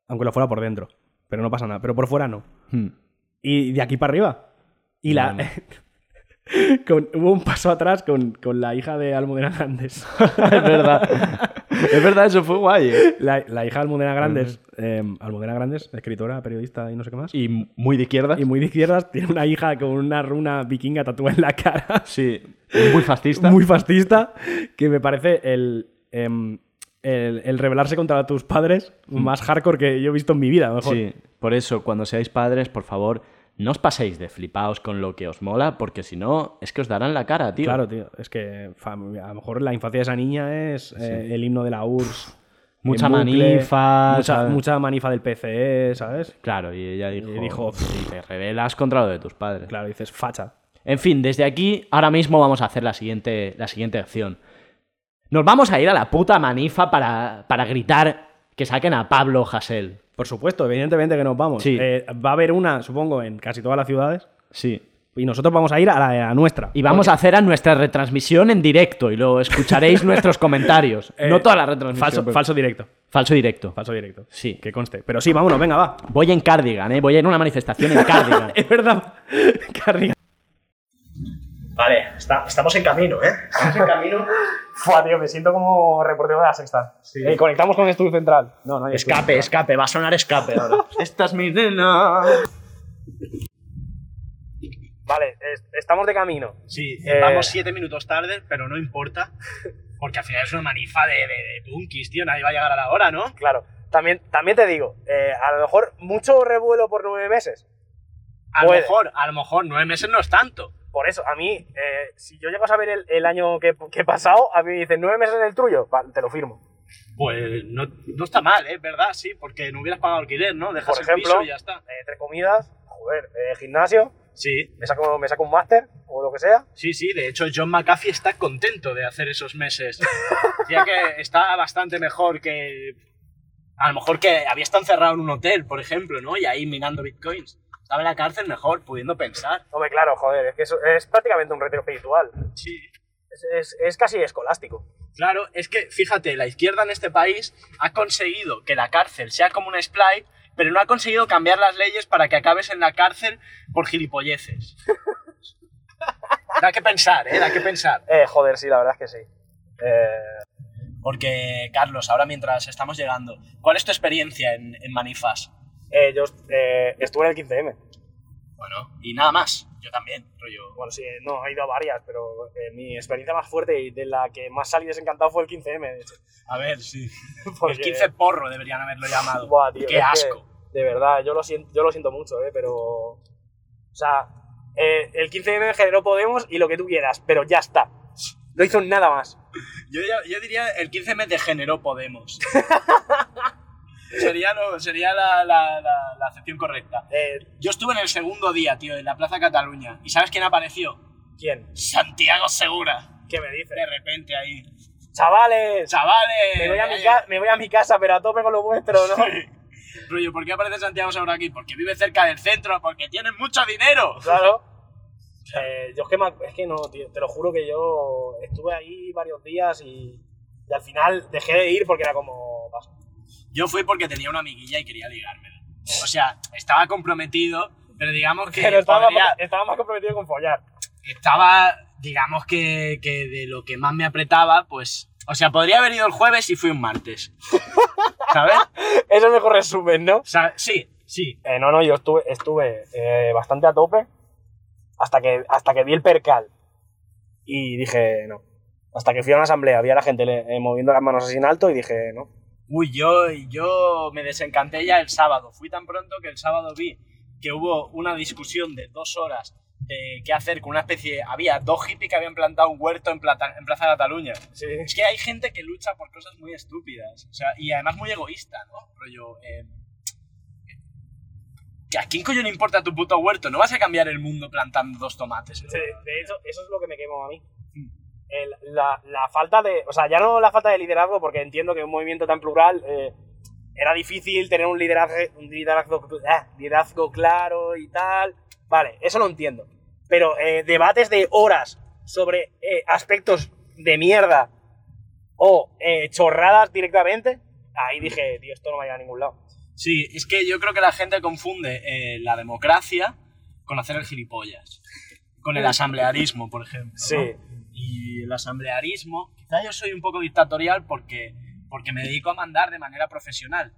aunque lo fuera por dentro. Pero no pasa nada, pero por fuera no. Hmm. [LAUGHS] Y de aquí para arriba. Y la. Madre [LAUGHS] con- hubo un paso atrás con, con la hija de Almudena Grandes. es verdad. [LAUGHS] es verdad, eso fue guay. ¿eh? [LAUGHS] la, la hija de Almudena Grandes, eh, Almudena Grandes, escritora, periodista y no sé qué más. Y, Y muy de izquierda. muy de izquierdas, tiene una hija con una runa vikinga tatuada en la cara. [LAUGHS] Sí. Muy fascista. muy fascista. Que me parece el. em, el, el rebelarse contra tus padres más hardcore que yo he visto en mi vida. a lo mejor. Mm. Sí. Por eso, cuando seáis padres, por favor, no os paséis de flipaos con lo que os mola, porque si no, es que os darán la cara, tío. Claro, tío. Es que fam, a lo mejor la infancia de esa niña es eh, el himno de la URSS. Mucha en bucle, manifa, Mucha, ¿sabes? mucha manifa del PCE, ¿sabes? Claro, y ella dijo, Y dijo, "Sí, te rebelas contra lo de tus padres. Claro, dices facha. En fin, desde aquí, ahora mismo vamos a hacer la siguiente, la siguiente acción. Nos vamos a ir a la puta manifa para, para gritar que saquen a Pablo Hasél. Por supuesto, evidentemente que nos vamos. Sí. Eh, va a haber una, supongo, en casi todas las ciudades. Sí. Y nosotros vamos a ir a la, a la nuestra. Y vamos a hacer a nuestra retransmisión en directo y lo [LAUGHS] escucharéis nuestros comentarios. Eh, no toda la retransmisión. falso, pero- falso directo. falso directo. Falso directo. Sí. Que conste. Pero sí, vámonos, venga, va. Voy en Cardigan, ¿eh? Voy a ir a una manifestación [LAUGHS] en Cardigan. Es verdad. Cardigan. Vale, está- estamos en camino, ¿eh? Estamos en camino. Fua, tío, me siento como reportero de la sexta. Eh, conectamos con el estudio central. No, no hay estudio [LAUGHS] Escape, central. escape, va a sonar escape ahora. Esta es mi nena. Vale, es- estamos de camino. Sí, eh, vamos siete minutos tarde, pero no importa. Porque al final es una manifa de, de, de punkis, tío. Nadie va a llegar a la hora, ¿no? Claro. También, también te digo, eh, a lo mejor mucho revuelo por nueve meses. A lo Puede. mejor, a lo mejor, nueve meses no es tanto. Por eso, a mí, eh, si yo llego a saber el, el año que, que he pasado, a mí me dicen nueve meses en el tuyo, va, te lo firmo. Pues no, no está mal, ¿eh? ¿Verdad? Sí, porque no hubieras pagado alquiler, ¿no? Dejas Por el ejemplo, piso y ya está. eh, tres comidas, joder, eh, gimnasio, Sí, me saco, me saco un máster o lo que sea. sí, sí. De hecho, John McAfee está contento de hacer esos meses. ya que está bastante mejor que... A lo mejor que había estado encerrado en un hotel, por ejemplo, ¿no? Y ahí minando bitcoins. Estaba en la cárcel mejor, pudiendo pensar. Hombre, claro, joder, es que eso es prácticamente un retiro espiritual. Sí. Es, es- es casi escolástico. Claro, es que fíjate, la izquierda en este país ha conseguido que la cárcel sea como una splay, pero no ha conseguido cambiar las leyes para que acabes en la cárcel por gilipolleces. da que pensar, ¿eh? Da que pensar. Eh, joder, sí, la verdad es que sí. Eh, Porque, Carlos, ahora mientras estamos llegando, ¿cuál es tu experiencia en, en Manifas? eh, yo eh, estuve en el 15M. Bueno, y nada más. Yo también, rollo. Bueno, sí, no, he ido a varias, pero eh, mi experiencia más fuerte y de la que más salí desencantado fue el 15M, de hecho. [LAUGHS] A ver, sí. Porque- El 15 Pues porro deberían haberlo llamado. Buah, tío, Qué es que, asco. de verdad, yo lo siento, yo lo siento mucho, eh, pero. O sea, eh, el 15M generó Podemos y lo que tú quieras, pero ya está. No hizo nada más. Yo, ya- yo diría el 15 me degeneró [LAUGHS] Podemos. sería no, sería la, la, la- la acepción correcta. Eh, Yo estuve en el segundo día, tío, en la Plaza Cataluña. ¿Y sabes quién apareció? ¿Quién? Santiago Segura. ¿Qué me dices? De repente ahí. ¡Chavales! ¡Chavales! Me voy, a mi Eh, ca- me voy a mi casa, pero a tope con lo vuestro, ¿no? Rollo, ¿por qué aparece Santiago Segura aquí? Porque vive cerca del centro, porque tiene mucho dinero. Claro. [LAUGHS] Eh, yo es que, me- es que no, tío, te lo juro que yo estuve ahí varios días y, y al final dejé de ir porque era como... "Paso". Yo fui porque tenía una amiguilla y quería ligármela. O sea, estaba comprometido, pero digamos que Pero estaba, podría- estaba más comprometido con follar. [LAUGHS] estaba, digamos que, que de lo que más me apretaba, pues, o sea, podría haber ido el jueves y fui un martes. [LAUGHS] ¿Sabes? Es el mejor resumen, ¿no? O sea, sí, sí. Eh, no, no, yo estuve, estuve eh, bastante a tope hasta que, hasta que vi el percal. Y dije, no. Hasta que fui a una asamblea, vi a la gente le- eh, moviendo las manos así en alto y dije, no. Uy, yo, yo me desencanté ya el sábado. Fui tan pronto que el sábado vi que hubo una discusión de dos horas de qué hacer con una especie... Había dos hippies que habían plantado un huerto en, Plata- en Plaza Cataluña. Sí. Es que hay gente que lucha por cosas muy estúpidas. O sea, y además muy egoísta, ¿no? Rollo. eh, que ¿A quién coño le importa tu puto huerto? No vas a cambiar el mundo plantando dos tomates. ¿eh? ¿no? De hecho, eso es lo que me quemó a mí. El- la, la falta de. O sea, ya no la falta de liderazgo, porque entiendo que un movimiento tan plural eh, era difícil tener un liderazgo, un liderazgo, ah, liderazgo claro y tal. Vale, eso lo entiendo. Pero eh, debates de horas sobre eh, aspectos de mierda o eh, chorradas directamente, ahí dije, tío, esto no va a llegar a ningún lado. Sí, es que yo creo que la gente confunde eh, la democracia con hacer el gilipollas. Con el asamblearismo, por ejemplo. ¿no? Sí. Y el asamblearismo, quizá yo soy un poco dictatorial porque, porque me dedico a mandar de manera profesional,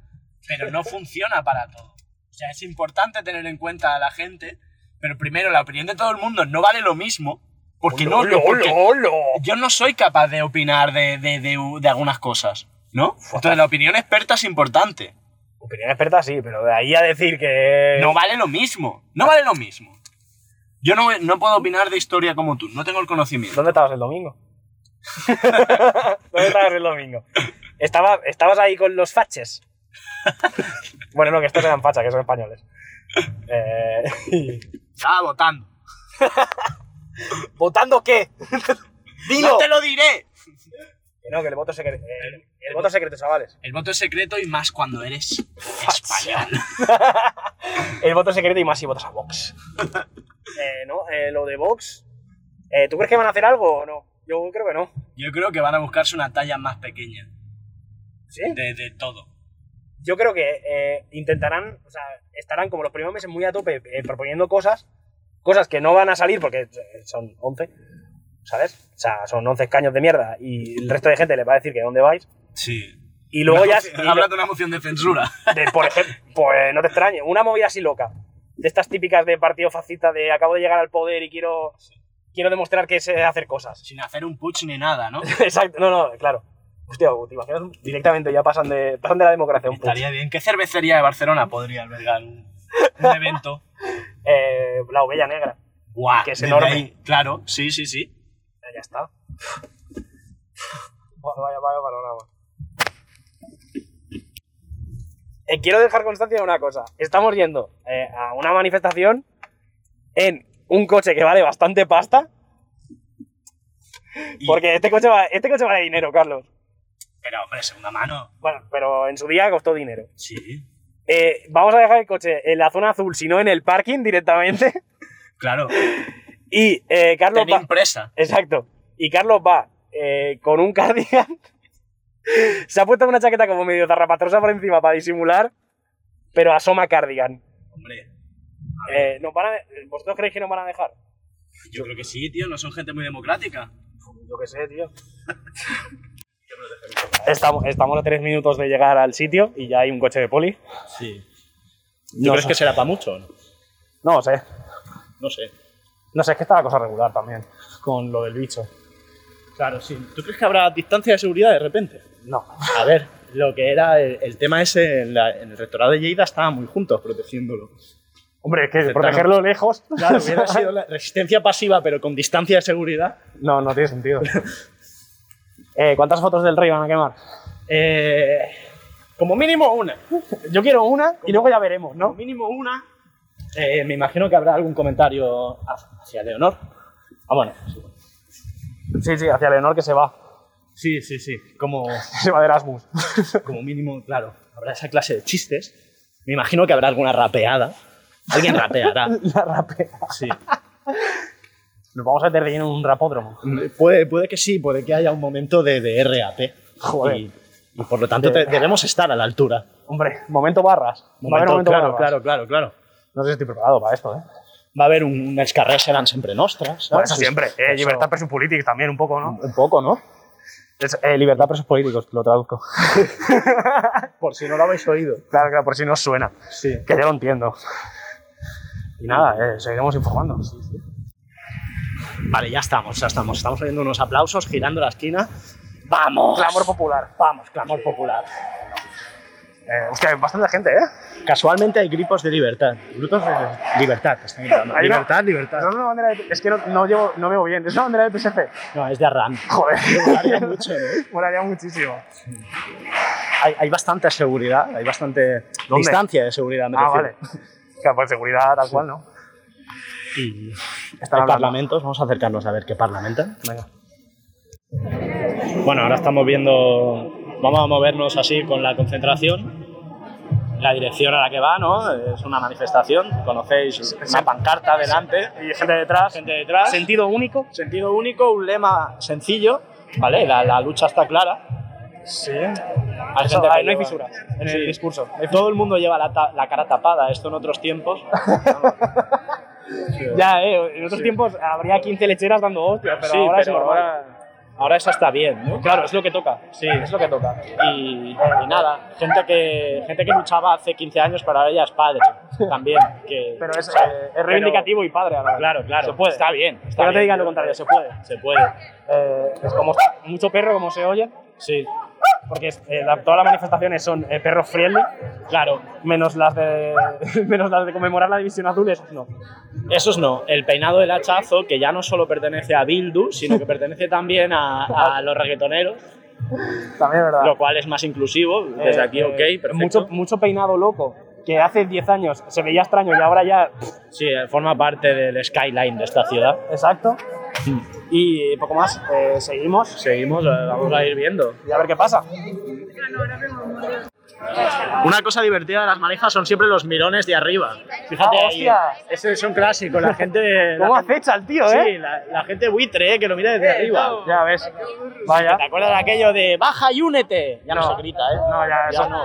pero no funciona para todo. O sea, es importante tener en cuenta a la gente, pero primero la opinión de todo el mundo no vale lo mismo, porque no, ¡Olo, porque- olo, olo! yo no soy capaz de opinar de, de- de- de algunas cosas, ¿no? Entonces la opinión experta es importante. Opinión experta sí, pero de ahí a decir que. No vale lo mismo. No vale lo mismo. Yo no, no puedo opinar de historia como tú. No tengo el conocimiento. ¿Dónde estabas el domingo? [LAUGHS] ¿Dónde estabas el domingo? Estaba, estabas ahí con los faches. Bueno, no, que estos eran fachas, que son españoles. Eh, [LAUGHS] Estaba votando. ¿Votando qué? [LAUGHS] ¡No ¡Dilo! te lo diré! Que no, que el voto es secreto. El, el voto es secreto, chavales. El voto es secreto y más cuando eres español. El voto es secreto y más si votas a Vox. Eh, no, eh, lo de Vox. eh, ¿Tú crees que van a hacer algo o no? Yo creo que no. Yo creo que van a buscarse una talla más pequeña ¿Sí? de, de todo. Yo creo que eh, intentarán, o sea, estarán como los primeros meses muy a tope eh, proponiendo cosas, cosas que no van a salir porque eh, son 11, ¿sabes? O sea, son 11 escaños de mierda y el resto de gente les va a decir que dónde vais. Sí. Y luego Una [LAUGHS] ya. moci- y lo- Habla de una moción de censura. de, por ejemplo, pues no te extrañe, una movida así loca, de estas típicas de partido fascista de acabo de llegar al poder y quiero, quiero demostrar que sé hacer cosas. Sin hacer un putsch ni nada, ¿no? [LAUGHS] Exacto, no, no, claro. Hostia, te imaginas directamente ya pasan de, pasan de la democracia a un putsch. Estaría bien. ¿Qué cervecería de Barcelona podría albergar un, un evento? Eh, la ovella negra. ¡Guau! Que es desde enorme. ahí, claro, sí, sí, sí. Ya, ya está. Bueno, vaya, vaya panorama. Eh, quiero dejar constancia de una cosa. Estamos yendo eh, a una manifestación en un coche que vale bastante pasta. Y- Porque este coche, va, este coche vale dinero, Carlos. Pero, hombre, segunda mano. Bueno, pero en su día costó dinero. Sí. Eh, vamos a dejar el coche en la zona azul, si no en el parking directamente. [LAUGHS] Claro. Y eh, Carlos Tenía va... impresa. Exacto. Y Carlos va eh, con un cardigan. Se ha puesto una chaqueta como medio zarrapastrosa por encima para disimular, pero asoma cardigan. Hombre, Eh, ¿nos van a de- ¿Vosotros creéis que nos van a dejar? yo creo que sí, tío. No son gente muy democrática. Yo qué sé, tío. Estamos, estamos a tres minutos de llegar al sitio y ya hay un coche de poli. Sí. No sé. será para mucho? o No? No sé. no sé. No sé, es que está la cosa regular también, con lo del bicho. Claro, sí. ¿Tú crees que habrá distancia de seguridad de repente? No. A ver, lo que era el, el tema ese en, la- en el rectorado de Lleida estaban muy juntos protegiéndolo. Hombre, es que protegerlo lejos. [LAUGHS] Claro, [LAUGHS] hubiera sido la resistencia pasiva pero con distancia de seguridad. No, no tiene sentido. [LAUGHS] Eh, ¿Cuántas fotos del rey van a quemar? Eh, como mínimo una. Yo quiero una y luego ya veremos, ¿no? mínimo una. Eh, me imagino que habrá algún comentario hacia- hacia Leonor. Ah, bueno. Sí, sí, hacia Leonor que se va. Sí, sí, sí. Como, [LAUGHS] Se va de Erasmus. como mínimo, claro, habrá esa clase de chistes. Me imagino que habrá alguna rapeada. Alguien rapeará. [LAUGHS] La rapea. Sí. Nos vamos a meter de lleno en un rapódromo. Puede, puede que sí, puede que haya un momento de, de RAP. Joder. Y, y por lo tanto te- debemos estar a la altura. Hombre, momento barras. Va a haber momento claro, barras. claro, claro, claro. No sé si estoy preparado para esto, ¿eh? Va a haber un, un Escarrer serán siempre nostras. Bueno, eso siempre. Eh, libertad presos políticos también, un poco, ¿no? Un poco, ¿no? Es, eh, libertad presos políticos, lo traduzco. [LAUGHS] Por si no lo habéis oído. claro, claro, por si no os suena. Sí. Que yo lo entiendo. Y nada, eh, seguiremos informando. Vale, ya estamos, ya estamos. Estamos haciendo unos aplausos, girando la esquina. ¡Vamos! Clamor popular. Vamos, clamor popular. Eh, hostia, hay bastante gente, ¿eh? Casualmente hay gripos de libertad. Grupos de libertad, que están [LAUGHS] gritando. Hay una- Libertad, libertad. Es una bandera de- Es que no, no llevo, no veo bien. Es una bandera del PSC. No, es de Arran. Joder. Molaría mucho, ¿no? [LAUGHS] Molaría muchísimo. Hay, hay bastante seguridad, hay bastante ¿Dónde? distancia de seguridad, me Ah, refiero. vale. Claro, por seguridad, tal cual, ¿no? Y Están hay hablando. parlamentos, vamos a acercarnos a ver qué parlamentan. Bueno, ahora estamos viendo, vamos a movernos así con la concentración. La dirección a la que va, ¿no? Es una manifestación, conocéis una pancarta delante Y gente detrás. gente detrás. Sentido único. Sentido único, un lema sencillo, ¿vale? La, la lucha está clara. Sí. Hay Eso, gente que ahí no hay lleva- fisura en Sí. el discurso. Todo el mundo lleva la, ta- la cara tapada, esto en otros tiempos. Ya, eh, en otros tiempos habría 15 lecheras dando hostias, pero Sí, ahora es pero normal. Ahora eso está bien, ¿no? Claro, es lo que toca. Sí. Es lo que toca. Y, y nada, gente que, gente que luchaba hace 15 años para ella es padre también. Que, Pero es, o sea, eh, es reivindicativo y padre ahora. Claro, claro. Se puede. Está bien. Que no te digan lo contrario, se puede. Se puede. Eh, es como mucho perro, como se oye. Sí. Porque eh, la- todas las manifestaciones son eh, perros friendly. Claro. Menos las de [LAUGHS] menos las de conmemorar la división azul, esas no. Esos no. El peinado del hachazo, que ya no solo pertenece a Bildu, sino que pertenece también [LAUGHS] a, a los reggaetoneros, También es verdad. lo cual es más inclusivo. Desde Eh, aquí, eh, ok, perfecto. Mucho, mucho peinado loco, que hace 10 años se veía extraño y ahora ya. pff, Sí, eh, forma parte del skyline de esta ciudad. Exacto. Y poco más, eh, seguimos Seguimos, eh, vamos a ir viendo. y a ver qué pasa. Una cosa divertida de las manejas son siempre los mirones de arriba. Fíjate, Ah, ahí, hostia. ese es un clásico. La gente. ¿Cómo la gente- acecha el tío, Sí, eh? la, la gente buitre, eh, que lo mira desde arriba. Ya ves. Vaya. ¿Te acuerdas de aquello de baja y únete? Ya no, No. se grita, ¿eh? No, ya, eso no.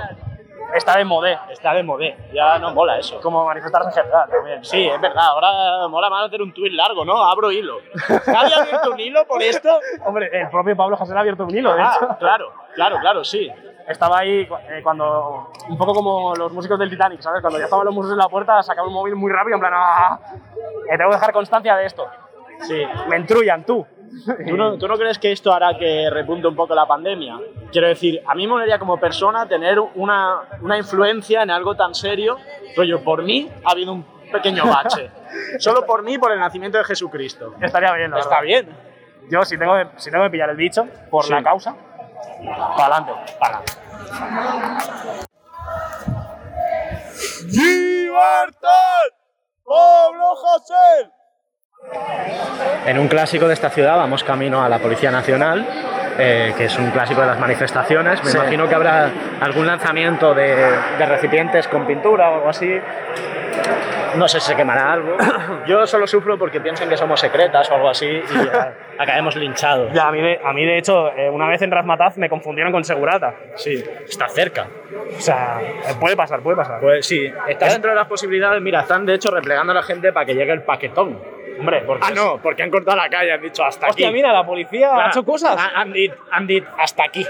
Está de modé. Está de modé, ya no mola eso. Como manifestarse en general también. Sí, es verdad, ahora mola más hacer un tuit largo, ¿no? Abro hilo. ¿Nadie ha abierto un hilo por esto? [LAUGHS] Hombre, el propio Pablo José le ha abierto un hilo, de hecho. Ah, claro, claro, claro, sí. Estaba ahí cu- eh, cuando, un poco como los músicos del Titanic, ¿sabes? Cuando ya estaban los músicos en la puerta, sacaba un móvil muy rápido, en plan, ¡ah! Eh, tengo que dejar constancia de esto. sí. Me entrullan, tú. ¿Tú no, tú no crees que esto hará que repunte un poco la pandemia? Quiero decir, a mí me molaría como persona tener una, una influencia en algo tan serio. Rollo, por mí ha habido un pequeño bache. [LAUGHS] Solo por mí, por el nacimiento de Jesucristo. Estaría bien, la Está verdad. bien. Yo, si tengo, que- si tengo que pillar el bicho, por Sí. la causa, para adelante. Para adelante. En un clásico de esta ciudad vamos camino a la Policía Nacional, eh, que es un clásico de las manifestaciones. Me imagino que habrá Ah, algún lanzamiento de, de recipientes con pintura o algo así. No sé si se quemará algo. [COUGHS] Yo solo sufro porque piensan que somos secretas o algo así y [LAUGHS] eh, acabemos linchados. Ya, a mí, de, a mí de hecho, eh, una vez en Razmataz me confundieron con Segurata. Sí, está cerca. O sea, eh, puede pasar, puede pasar. Pues sí, está dentro de las posibilidades. Mira, están de hecho replegando a la gente para que llegue el paquetón. Hombre, porque... Ah, no, porque han cortado la calle, han dicho hasta Hostia, aquí. mira, la policía ha Ah, hecho [LAUGHS] cosas. ah, Han dit- han dit, hasta aquí.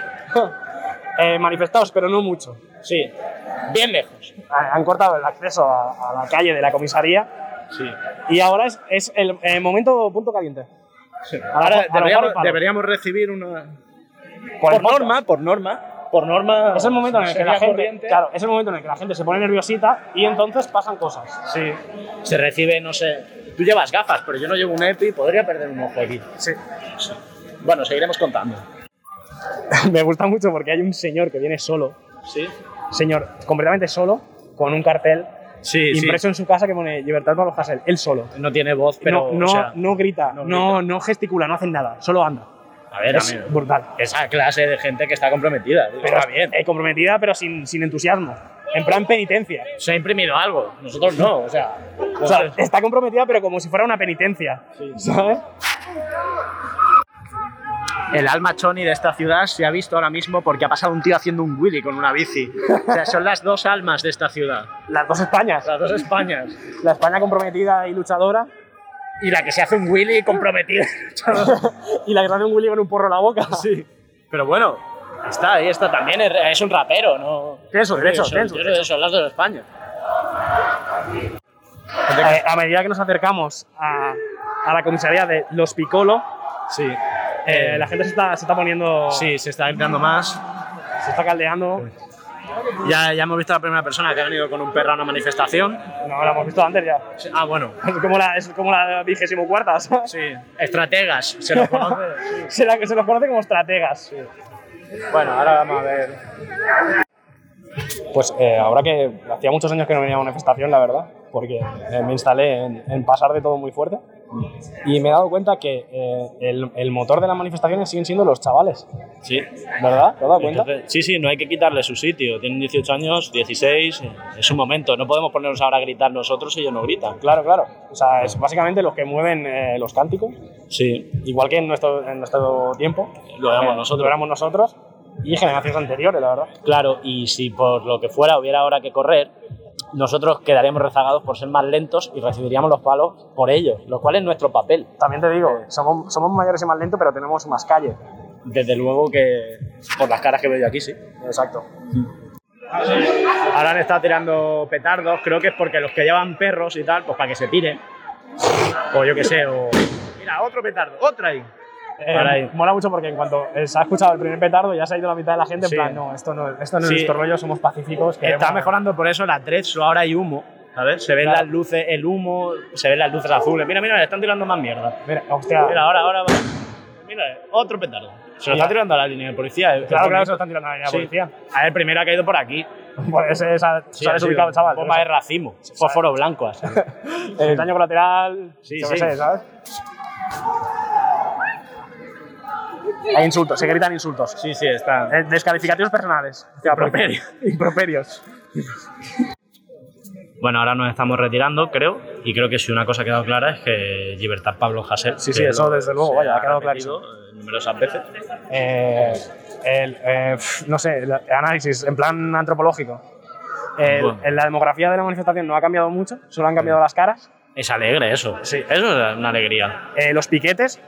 Eh, manifestados, pero no mucho. Sí, bien lejos. Ha- Han cortado el acceso a, a la calle de la comisaría Sí. y ahora es, es el, eh, momento punto caliente. A lo- a Ahora lo deberíamos, Juan Pablo. deberíamos recibir una. Por "Pues el podcast. por norma. Por norma. Es el momento en el que sería la gente, corriente. claro, es el momento en el que la gente se pone nerviosita y entonces pasan cosas. Sí. Se recibe, no sé. Tú llevas gafas, pero yo no llevo un EPI, podría perder un ojo aquí. Sí. Bueno, seguiremos contando. [LAUGHS] Me gusta mucho porque hay un señor que viene solo, Sí. señor completamente solo, con un cartel Sí, impreso en su casa que pone Libertad para los Hassel, él solo. No tiene voz, pero. no, no, o sea, no grita, no no, grita. no gesticula, no hace nada, solo anda. A ver, es amigo, brutal. Esa clase de gente que está comprometida. digo, Pero está bien. eh, comprometida, pero sin, sin entusiasmo. En plan penitencia. Se ha imprimido algo. Nosotros no, o sea. O sea, entonces- está comprometida, pero como si fuera una penitencia. ¿Sabes? El alma choni de esta ciudad se ha visto ahora mismo porque ha pasado un tío haciendo un willy con una bici. O sea, son las dos almas de esta ciudad. Las dos Españas. Las dos Españas. La España comprometida y luchadora. Y la que se hace un Willy [LAUGHS] comprometida. [LAUGHS] y la que se hace un Willy con un porro en la boca. Sí. Pero bueno, está ahí, está también. Es, es un rapero, ¿no? Tiene sus derechos, Son- tiene sus yo creo que son las dos Españas. Eh, a medida que nos acercamos a, a la comisaría de Los Picolo, Sí. eh, la gente se está, se está poniendo. Sí, se está entrando más. Se está caldeando. Ya, ya hemos visto a la primera persona que ha venido con un perro a una manifestación. No, la hemos visto antes ya. Sí, Ah, bueno. Es como la, es como la vigésimo cuarta. ¿sabes? Sí. Estrategas, se lo conoce. Se, la- se los conoce como estrategas. Bueno, ahora vamos a ver. Pues eh, ahora que hacía muchos años que no venía a manifestación, la verdad, porque eh, me instalé en, en pasar de todo muy fuerte y me he dado cuenta que eh, el, el motor de las manifestaciones siguen siendo los chavales, Sí. ¿verdad? ¿Te has dado cuenta? Entonces, sí, sí, no hay que quitarle su sitio. Tienen 18 años, 16, eh, es un momento. No podemos ponernos ahora a gritar nosotros y ellos no gritan. Claro, claro. O sea, es básicamente los que mueven eh, los cánticos, Sí, igual que en nuestro, en nuestro tiempo. lo hagamos eh, nosotros. Lo éramos nosotros y generaciones anteriores, la verdad. Claro, y si por lo que fuera hubiera ahora que correr, nosotros quedaríamos rezagados por ser más lentos y recibiríamos los palos por ellos, lo cual es nuestro papel. También te digo, somos, somos mayores y más lentos, pero tenemos más calle. Desde luego que por las caras que veo yo aquí, sí. Exacto. Ahora han estado tirando petardos, creo que es porque los que llevan perros y tal, pues para que se tiren. O yo qué sé, o. Mira, otro petardo, otra ahí. Eh, Ahora ahí. mola mucho porque en cuanto eh, se ha escuchado el primer petardo ya se ha ido la mitad de la gente Sí. en plan, no, esto no, esto no Sí. es nuestro rollo, somos pacíficos. Está queremos- mejorando por eso el atrezzo, ahora hay humo. ¿Sabes? Se ven Claro. las luces, el humo, se ven las luces azules. Mira, mira, le están tirando más mierda. Mira, hostia. Mira, ahora, ahora. va. Mira, otro petardo. Se lo está tirando a la línea de policía. eh. es claro, claro, bonito. se lo están tirando a la Sí. policía. A ver, primero ha caído por aquí. Bueno, ese es a- se ha desubicado el chaval. Pues, Bomba de racimo, [LAUGHS] Eh, fósforo blanco. así. El daño colateral, Sí, yo sí. qué sé, ¿sabes? Hay insultos, se gritan insultos. Sí, sí, está. Eh, Descalificativos personales. Improperio. Improperios. Bueno, ahora nos estamos retirando, creo, y creo que si una cosa ha quedado clara es que Libertad Pablo Hasél. Sí, que sí, eso lo- desde luego, se vaya, ha quedado repetido, eh, Numerosas veces. Eh, el, eh, pf, no sé, el análisis en plan antropológico. El- Bueno. en la demografía de la manifestación no ha cambiado mucho, solo han cambiado las caras. Es alegre eso. Sí. Eso es una alegría. Eh, los piquetes.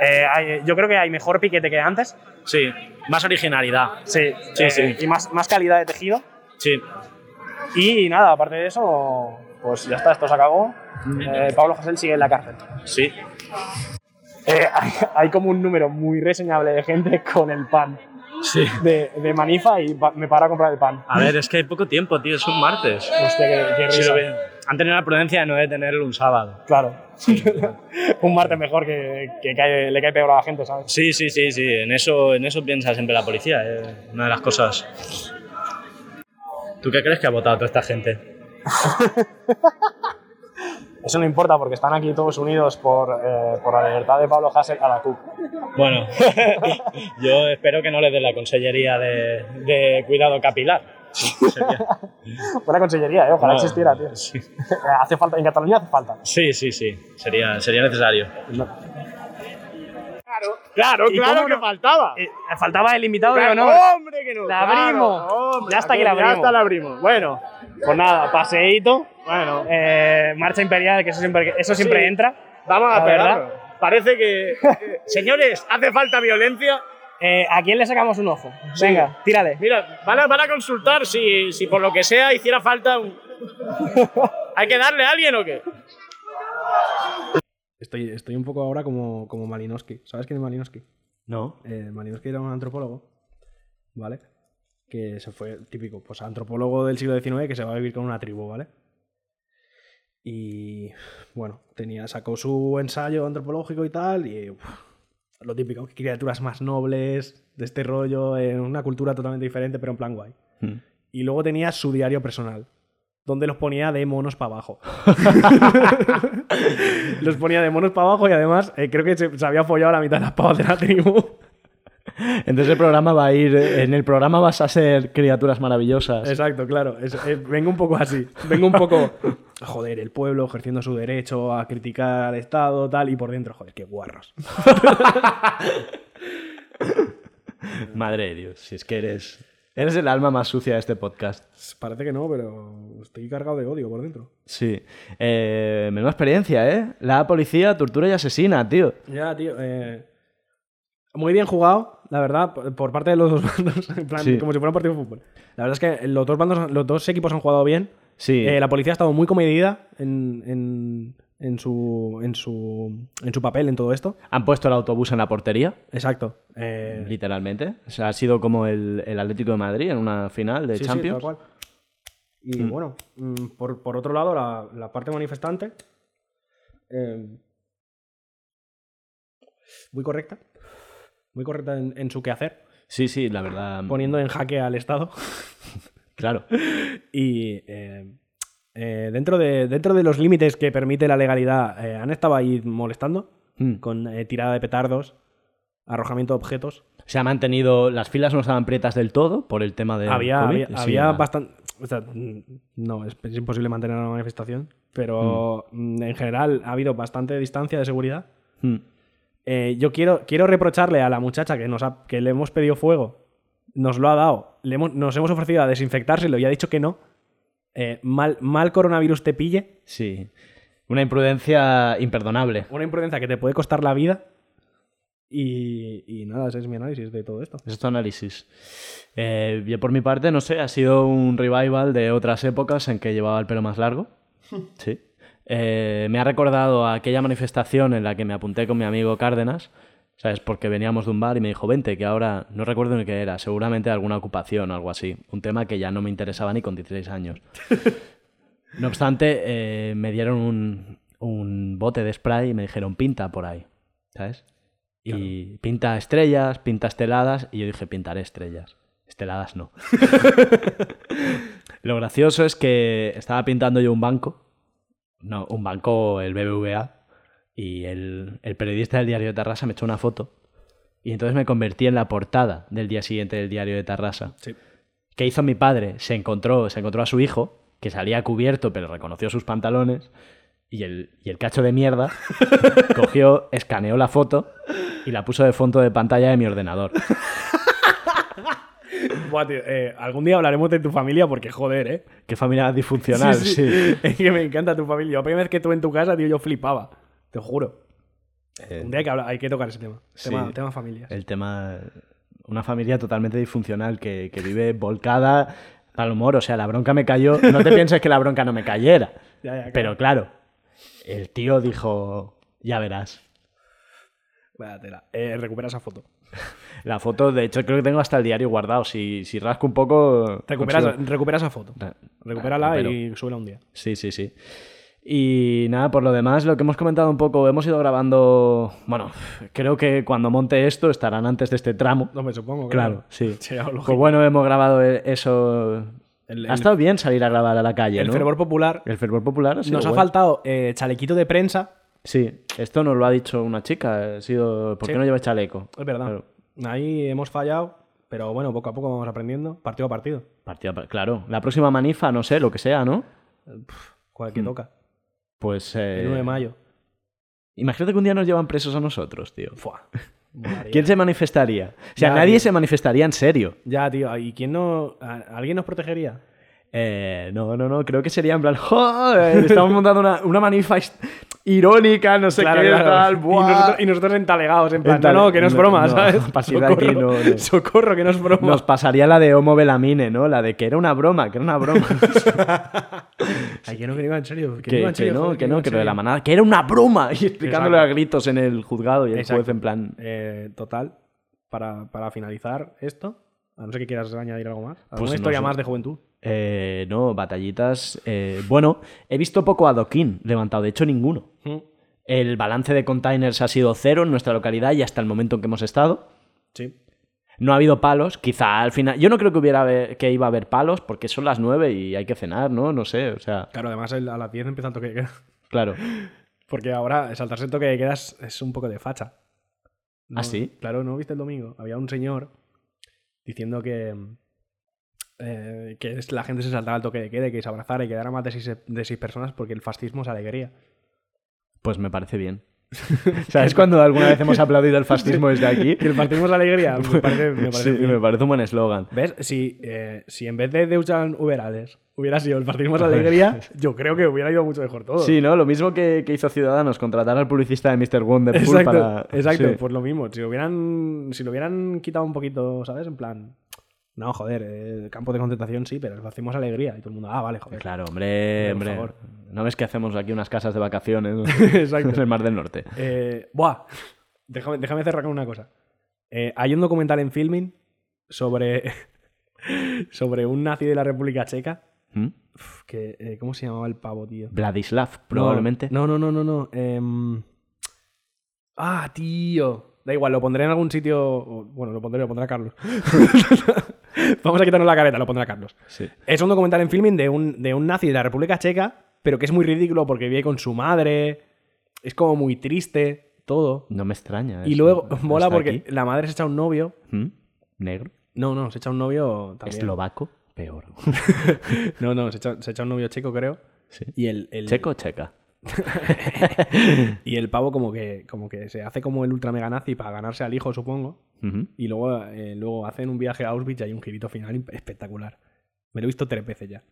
eh, hay- yo creo que hay mejor piquete que antes. Sí. Más originalidad. Sí, Sí, eh, sí. Y más, más calidad de tejido. Sí. Y nada, aparte de eso, pues ya está, esto se acabó. Eh, Pablo José sigue en la cárcel. Sí. Eh, hay, hay como un número muy reseñable de gente con el pan Sí. de, de Manifa y pa- me paro a comprar el pan. A ver, es que hay poco tiempo, tío. Es un martes. Pues, Hostia, qué, qué Sí, risa. lo veo. Han tenido la prudencia de no detenerlo un sábado. Claro. [LAUGHS] un martes mejor que, que cae- le cae peor a la gente, ¿sabes? Sí, sí, sí, sí. En eso, en eso piensa siempre la policía. eh. Una de las cosas. ¿Tú qué crees que ha votado toda esta gente? [LAUGHS] Eso no importa porque están aquí todos unidos por, eh, por la libertad de Pablo Hassel a la CUP. Bueno, [LAUGHS] yo espero que no le dé la consellería de, de cuidado capilar. Buena consellería, eh, ojalá No, existiera, tío. Eh, sí. hace falta, en Cataluña hace falta. Sí, sí, sí. Sería, sería necesario. Claro, claro que faltaba. faltaba el invitado de honor. Eh, ¡Hombre que no! ¡La abrimos! ya hasta que la abrimos. la abrimos. Bueno, pues nada, paseíto. Bueno. marcha imperial, que eso siempre, eso siempre entra. Vamos a verdad. Parece que. señores, hace falta violencia. Eh, ¿A quién le sacamos un ojo? Venga, tírale. Mira, van a, van a consultar si, si por lo que sea hiciera [LAUGHS] falta un. ¿Hay que darle a alguien o qué? Estoy, estoy un poco ahora como, como Malinowski. ¿Sabes quién es Malinowski? No. Eh, Malinowski era un antropólogo, ¿vale? Que se fue, típico, pues antropólogo del siglo XIX que se va a vivir con una tribu, ¿vale? Y bueno, tenía, sacó su ensayo antropológico y tal, y uf, lo típico, criaturas más nobles, de este rollo, en una cultura totalmente diferente, pero en plan guay. Mm. Y luego tenía su diario personal, donde los ponía de monos para [LAUGHS] abajo. los ponía de monos para abajo y además eh, creo que se, se había follado la mitad de las pavas de la tribu. Entonces el programa va a ir. eh, En el programa vas a ser criaturas maravillosas. Exacto, claro. Es- eh, vengo un poco así. Vengo un poco. Joder, el pueblo ejerciendo su derecho a criticar al Estado, tal, y por dentro, joder, qué guarros. Madre de Dios, si es que eres. Eres el alma más sucia de este podcast. Pues Parece que no, pero estoy cargado de odio por dentro. Sí. Eh, menuda experiencia, ¿eh? La policía tortura y asesina, tío. Ya, tío. eh, muy bien jugado, la verdad, por por parte de los dos [LAUGHS] bandos. En plan, Sí. como si fuera un partido de fútbol. La verdad es que los dos bandos, los dos equipos han jugado bien. Sí. Eh, la policía ha estado muy comedida en, en- en su, en, su, en su papel en todo esto. Han puesto el autobús en la portería, Exacto. Eh, literalmente. O sea, ha sido como el, el Atlético de Madrid en una final de Sí, sí, Champions. tal cual. Y bueno, mm, por, por otro lado, la, la parte manifestante. eh, muy correcta. Muy correcta en, en su quehacer, sí, sí, la verdad. poniendo en jaque al Estado. [LAUGHS] Claro. Y eh, eh, dentro, de, dentro de los límites que permite la legalidad, eh, han estado ahí molestando Mm. con eh, tirada de petardos, arrojamiento de objetos. Se ha mantenido. Las filas no estaban prietas del todo por el tema de. había COVID. había, Sí, había era- bastante. o sea, mm, no, es, es imposible mantener una manifestación, pero mm, en general ha habido bastante distancia de seguridad. Mm. Eh, yo quiero, quiero reprocharle a la muchacha que, nos ha- que le hemos pedido fuego, nos lo ha dado, le hemos- nos hemos ofrecido a desinfectárselo y ha dicho que no. Eh, mal, mal coronavirus te pille, Sí. Una imprudencia imperdonable. una imprudencia que te puede costar la vida. Y, y nada, ese es mi análisis de todo esto. Ese es tu análisis. Eh, yo por mi parte, no sé, ha sido un revival de otras épocas en que llevaba el pelo [LAUGHS] más largo. Sí. Eh, me ha recordado a aquella manifestación en la que me apunté con mi amigo Cárdenas, ¿sabes? Porque veníamos de un bar y me dijo, vente, que ahora no recuerdo ni qué era, seguramente alguna ocupación o algo así. Un tema que ya no me interesaba ni con 16 años. No obstante, eh, me dieron un, un bote de spray y me dijeron, pinta por ahí, ¿sabes? Y pinta estrellas, pinta esteladas, y yo dije, pintaré estrellas. Esteladas no. Lo gracioso es que estaba pintando yo un banco, no, un banco, el BBVA, y el, el periodista del diario de Tarrasa me echó una foto Y entonces me convertí en la portada del día siguiente del diario de Tarrasa. Sí. ¿Qué hizo mi padre? Se encontró, se encontró a su hijo, que salía cubierto, pero reconoció sus pantalones. Y el, y el cacho de mierda [LAUGHS] cogió, escaneó la foto y la puso de fondo de pantalla de mi ordenador. Buah, tío, eh, algún día hablaremos de tu familia porque joder, ¿eh? Qué familia disfuncional, sí. [LAUGHS] Es que me encanta tu familia. La primera vez que estuve en tu casa, tío, yo flipaba. Te juro. Un día hay que, hablar- hay que tocar ese tema. Eh, sí. Tema, tema familia. El tema. Una familia totalmente disfuncional que, que vive volcada al humor. O sea, la bronca me cayó. No te pienses que la bronca no me cayera. Ya, ya, claro. Pero claro, el tío dijo: Ya verás. Vaya tela. Eh, recupera esa foto. Pues La foto, de hecho, creo que tengo hasta el diario guardado. Si, si rasco un poco. Recupera, esa- consigo- recupera esa foto. Re- Recupérala recupero. y súbela un día. Sí, sí, sí. Y nada, por lo demás, lo que hemos comentado un poco, hemos ido grabando. Bueno, creo que cuando monte esto estarán antes de este tramo. No me supongo. Claro, [LAUGHS] sí. Sí, algo lógico. Pues bueno, hemos grabado e- eso. El- Ha el- estado bien salir a grabar a la calle, El ¿no? fervor popular. El fervor popular. sido Nos ha bueno. faltado eh, chalequito de prensa. Sí, esto nos lo ha dicho una chica. Ha sido. ¿Por Sí. qué no lleva chaleco? Es verdad. Claro. Ahí hemos fallado. Pero bueno, poco a poco vamos aprendiendo. Partido a partido. Partido a par- Claro. La próxima manifa, no sé, lo que sea, ¿no? Cualquier toca. Pues. Hmm. eh, El 1 de mayo. Imagínate que un día nos llevan presos a nosotros, tío. [LAUGHS] Buah. Molaría. ¿Quién se manifestaría? O sea, Ya, nadie tío. se manifestaría en serio. Ya, tío. ¿Y quién no. a- ¿Alguien nos protegería? Eh, no, no, no, creo que sería en plan, "Joder, estamos montando una, una manifa hist- irónica, no sé qué, tal, buah". Y, nosotros, y nosotros entalegados, en plan, Entale- no, no, que no es no, broma, no, ¿sabes? [LAUGHS] a partir de aquí no, no. socorro, que no es broma. Nos pasaría la de Homo Belamine, ¿no? La de que era una broma, que era [LAUGHS] una broma. Ay, que Ah, no, que no iba en serio. Que, que, no, iba en que serio, no, joder, que iba no, en que lo de serio. la manada, que era una broma. Y explicándole Exacto. a gritos en el juzgado y el Exacto. juez en plan, Eh, total, para, para finalizar esto, a no ser que quieras añadir algo más. ¿Alguna Pues no historia sé. más de juventud? eh, no, batallitas. eh, bueno, he visto poco adoquín levantado, de hecho ninguno. Hmm. El balance de containers ha sido cero en nuestra localidad y hasta el momento en que hemos estado. Sí. No ha habido palos, quizá al final. Yo no creo que hubiera que iba a haber palos porque son las 9 y hay que cenar, ¿no? No sé, o sea, Claro, además el- a las 10 empieza el toque de queda. [LAUGHS] claro. Porque ahora saltarse el toque de queda es- es un poco de facha. No, ¿Ah, sí? Claro, ¿no viste el domingo? Había un señor diciendo que, mm, eh, que es- la gente se saltaba el toque de queda y que se abrazara y quedara más de seis, de seis personas porque el fascismo es alegría. Pues me [LAUGHS] parece bien. ¿Sabes cuando alguna vez hemos aplaudido [LAUGHS] el fascismo desde [LAUGHS] aquí? ¿Que el fascismo es alegría? Me parece, me parece Sí, bien. me parece un buen eslogan. ¿Ves? Si, eh, si en vez de Deuchan Uberales hubiera sido el fascismo es [LAUGHS] alegría, yo creo que hubiera ido mucho mejor todo. Sí, ¿no? Lo mismo que, que hizo Ciudadanos, contratar al publicista de Mr. Wonderful Exacto, para. exacto Sí. pues lo mismo. Si lo, hubieran, si lo hubieran quitado un poquito, ¿sabes? En plan, no, joder, el campo de concentración sí, pero el fascismo es alegría. Y todo el mundo, ah, vale, joder. Claro, hombre, Hombre, hombre. por ¿No ves que hacemos aquí unas casas de vacaciones? [LAUGHS] Exacto. En el Mar del Norte. Eh, buah, déjame, déjame cerrar con una cosa. Eh, hay un documental en filming sobre, [LAUGHS] sobre un nazi de la República Checa. ¿Mm? Uf, que, eh, ¿Cómo se llamaba el pavo, tío? Vladislav, probablemente. No, no, no, no, no. em, ah, tío. Da igual, lo pondré en algún sitio. o- Bueno, lo pondré, lo pondrá Carlos. [LAUGHS] Vamos a quitarnos la careta, lo pondrá Carlos. Sí. Es un documental en filming de un, de un nazi de la República Checa, pero que es muy ridículo porque vive con su madre. Es como muy triste, todo. No me extraña. Y eso. luego ¿No mola está porque aquí? la madre se echa un novio. ¿Mm? ¿Negro? No, no, se echa un novio también. ¿Eslovaco? Peor. No, no, se echa, se echa un novio checo, creo. Sí. Y el, el- ¿Checo o checa? y el pavo como que, como que se hace como el ultra mega nazi para ganarse al hijo, supongo. Ujú. Y luego, eh, luego hacen un viaje a Auschwitz y hay un girito final imp- espectacular. Me lo he visto tres veces ya.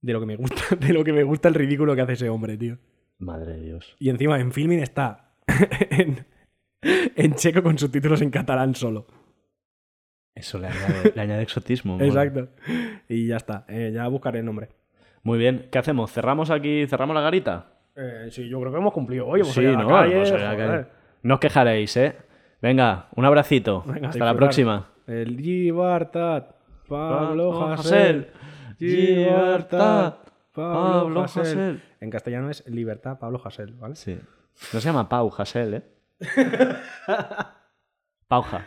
De lo que me gusta, [LAUGHS] de lo que me gusta el ridículo que hace ese hombre, tío. Madre de [LAUGHS] Dios. Y encima en filming está [LAUGHS] en, en checo con subtítulos en catalán solo. Eso le añade, le añade exotismo. mola. Exacto. Y ya está. Eh, ya buscaré el nombre. Muy bien. ¿Qué hacemos? ¿Cerramos aquí? ¿Cerramos la garita? Eh, sí, yo creo que hemos cumplido hoy. Hemos sí, salido a ¿no? la calle, Vamos a ir a la joder. calle. No os quejaréis, ¿eh? Venga, un abracito. Venga, Hasta la disfrutar. próxima. El Libertad, Pablo Pablo Hasél. Hasél. Libertad, Pablo Pablo Hasél. Hasél. En castellano es Libertad, Pablo Hasél, ¿vale? Sí. No se llama Pau, Hasel, ¿eh? [LAUGHS] Pauja.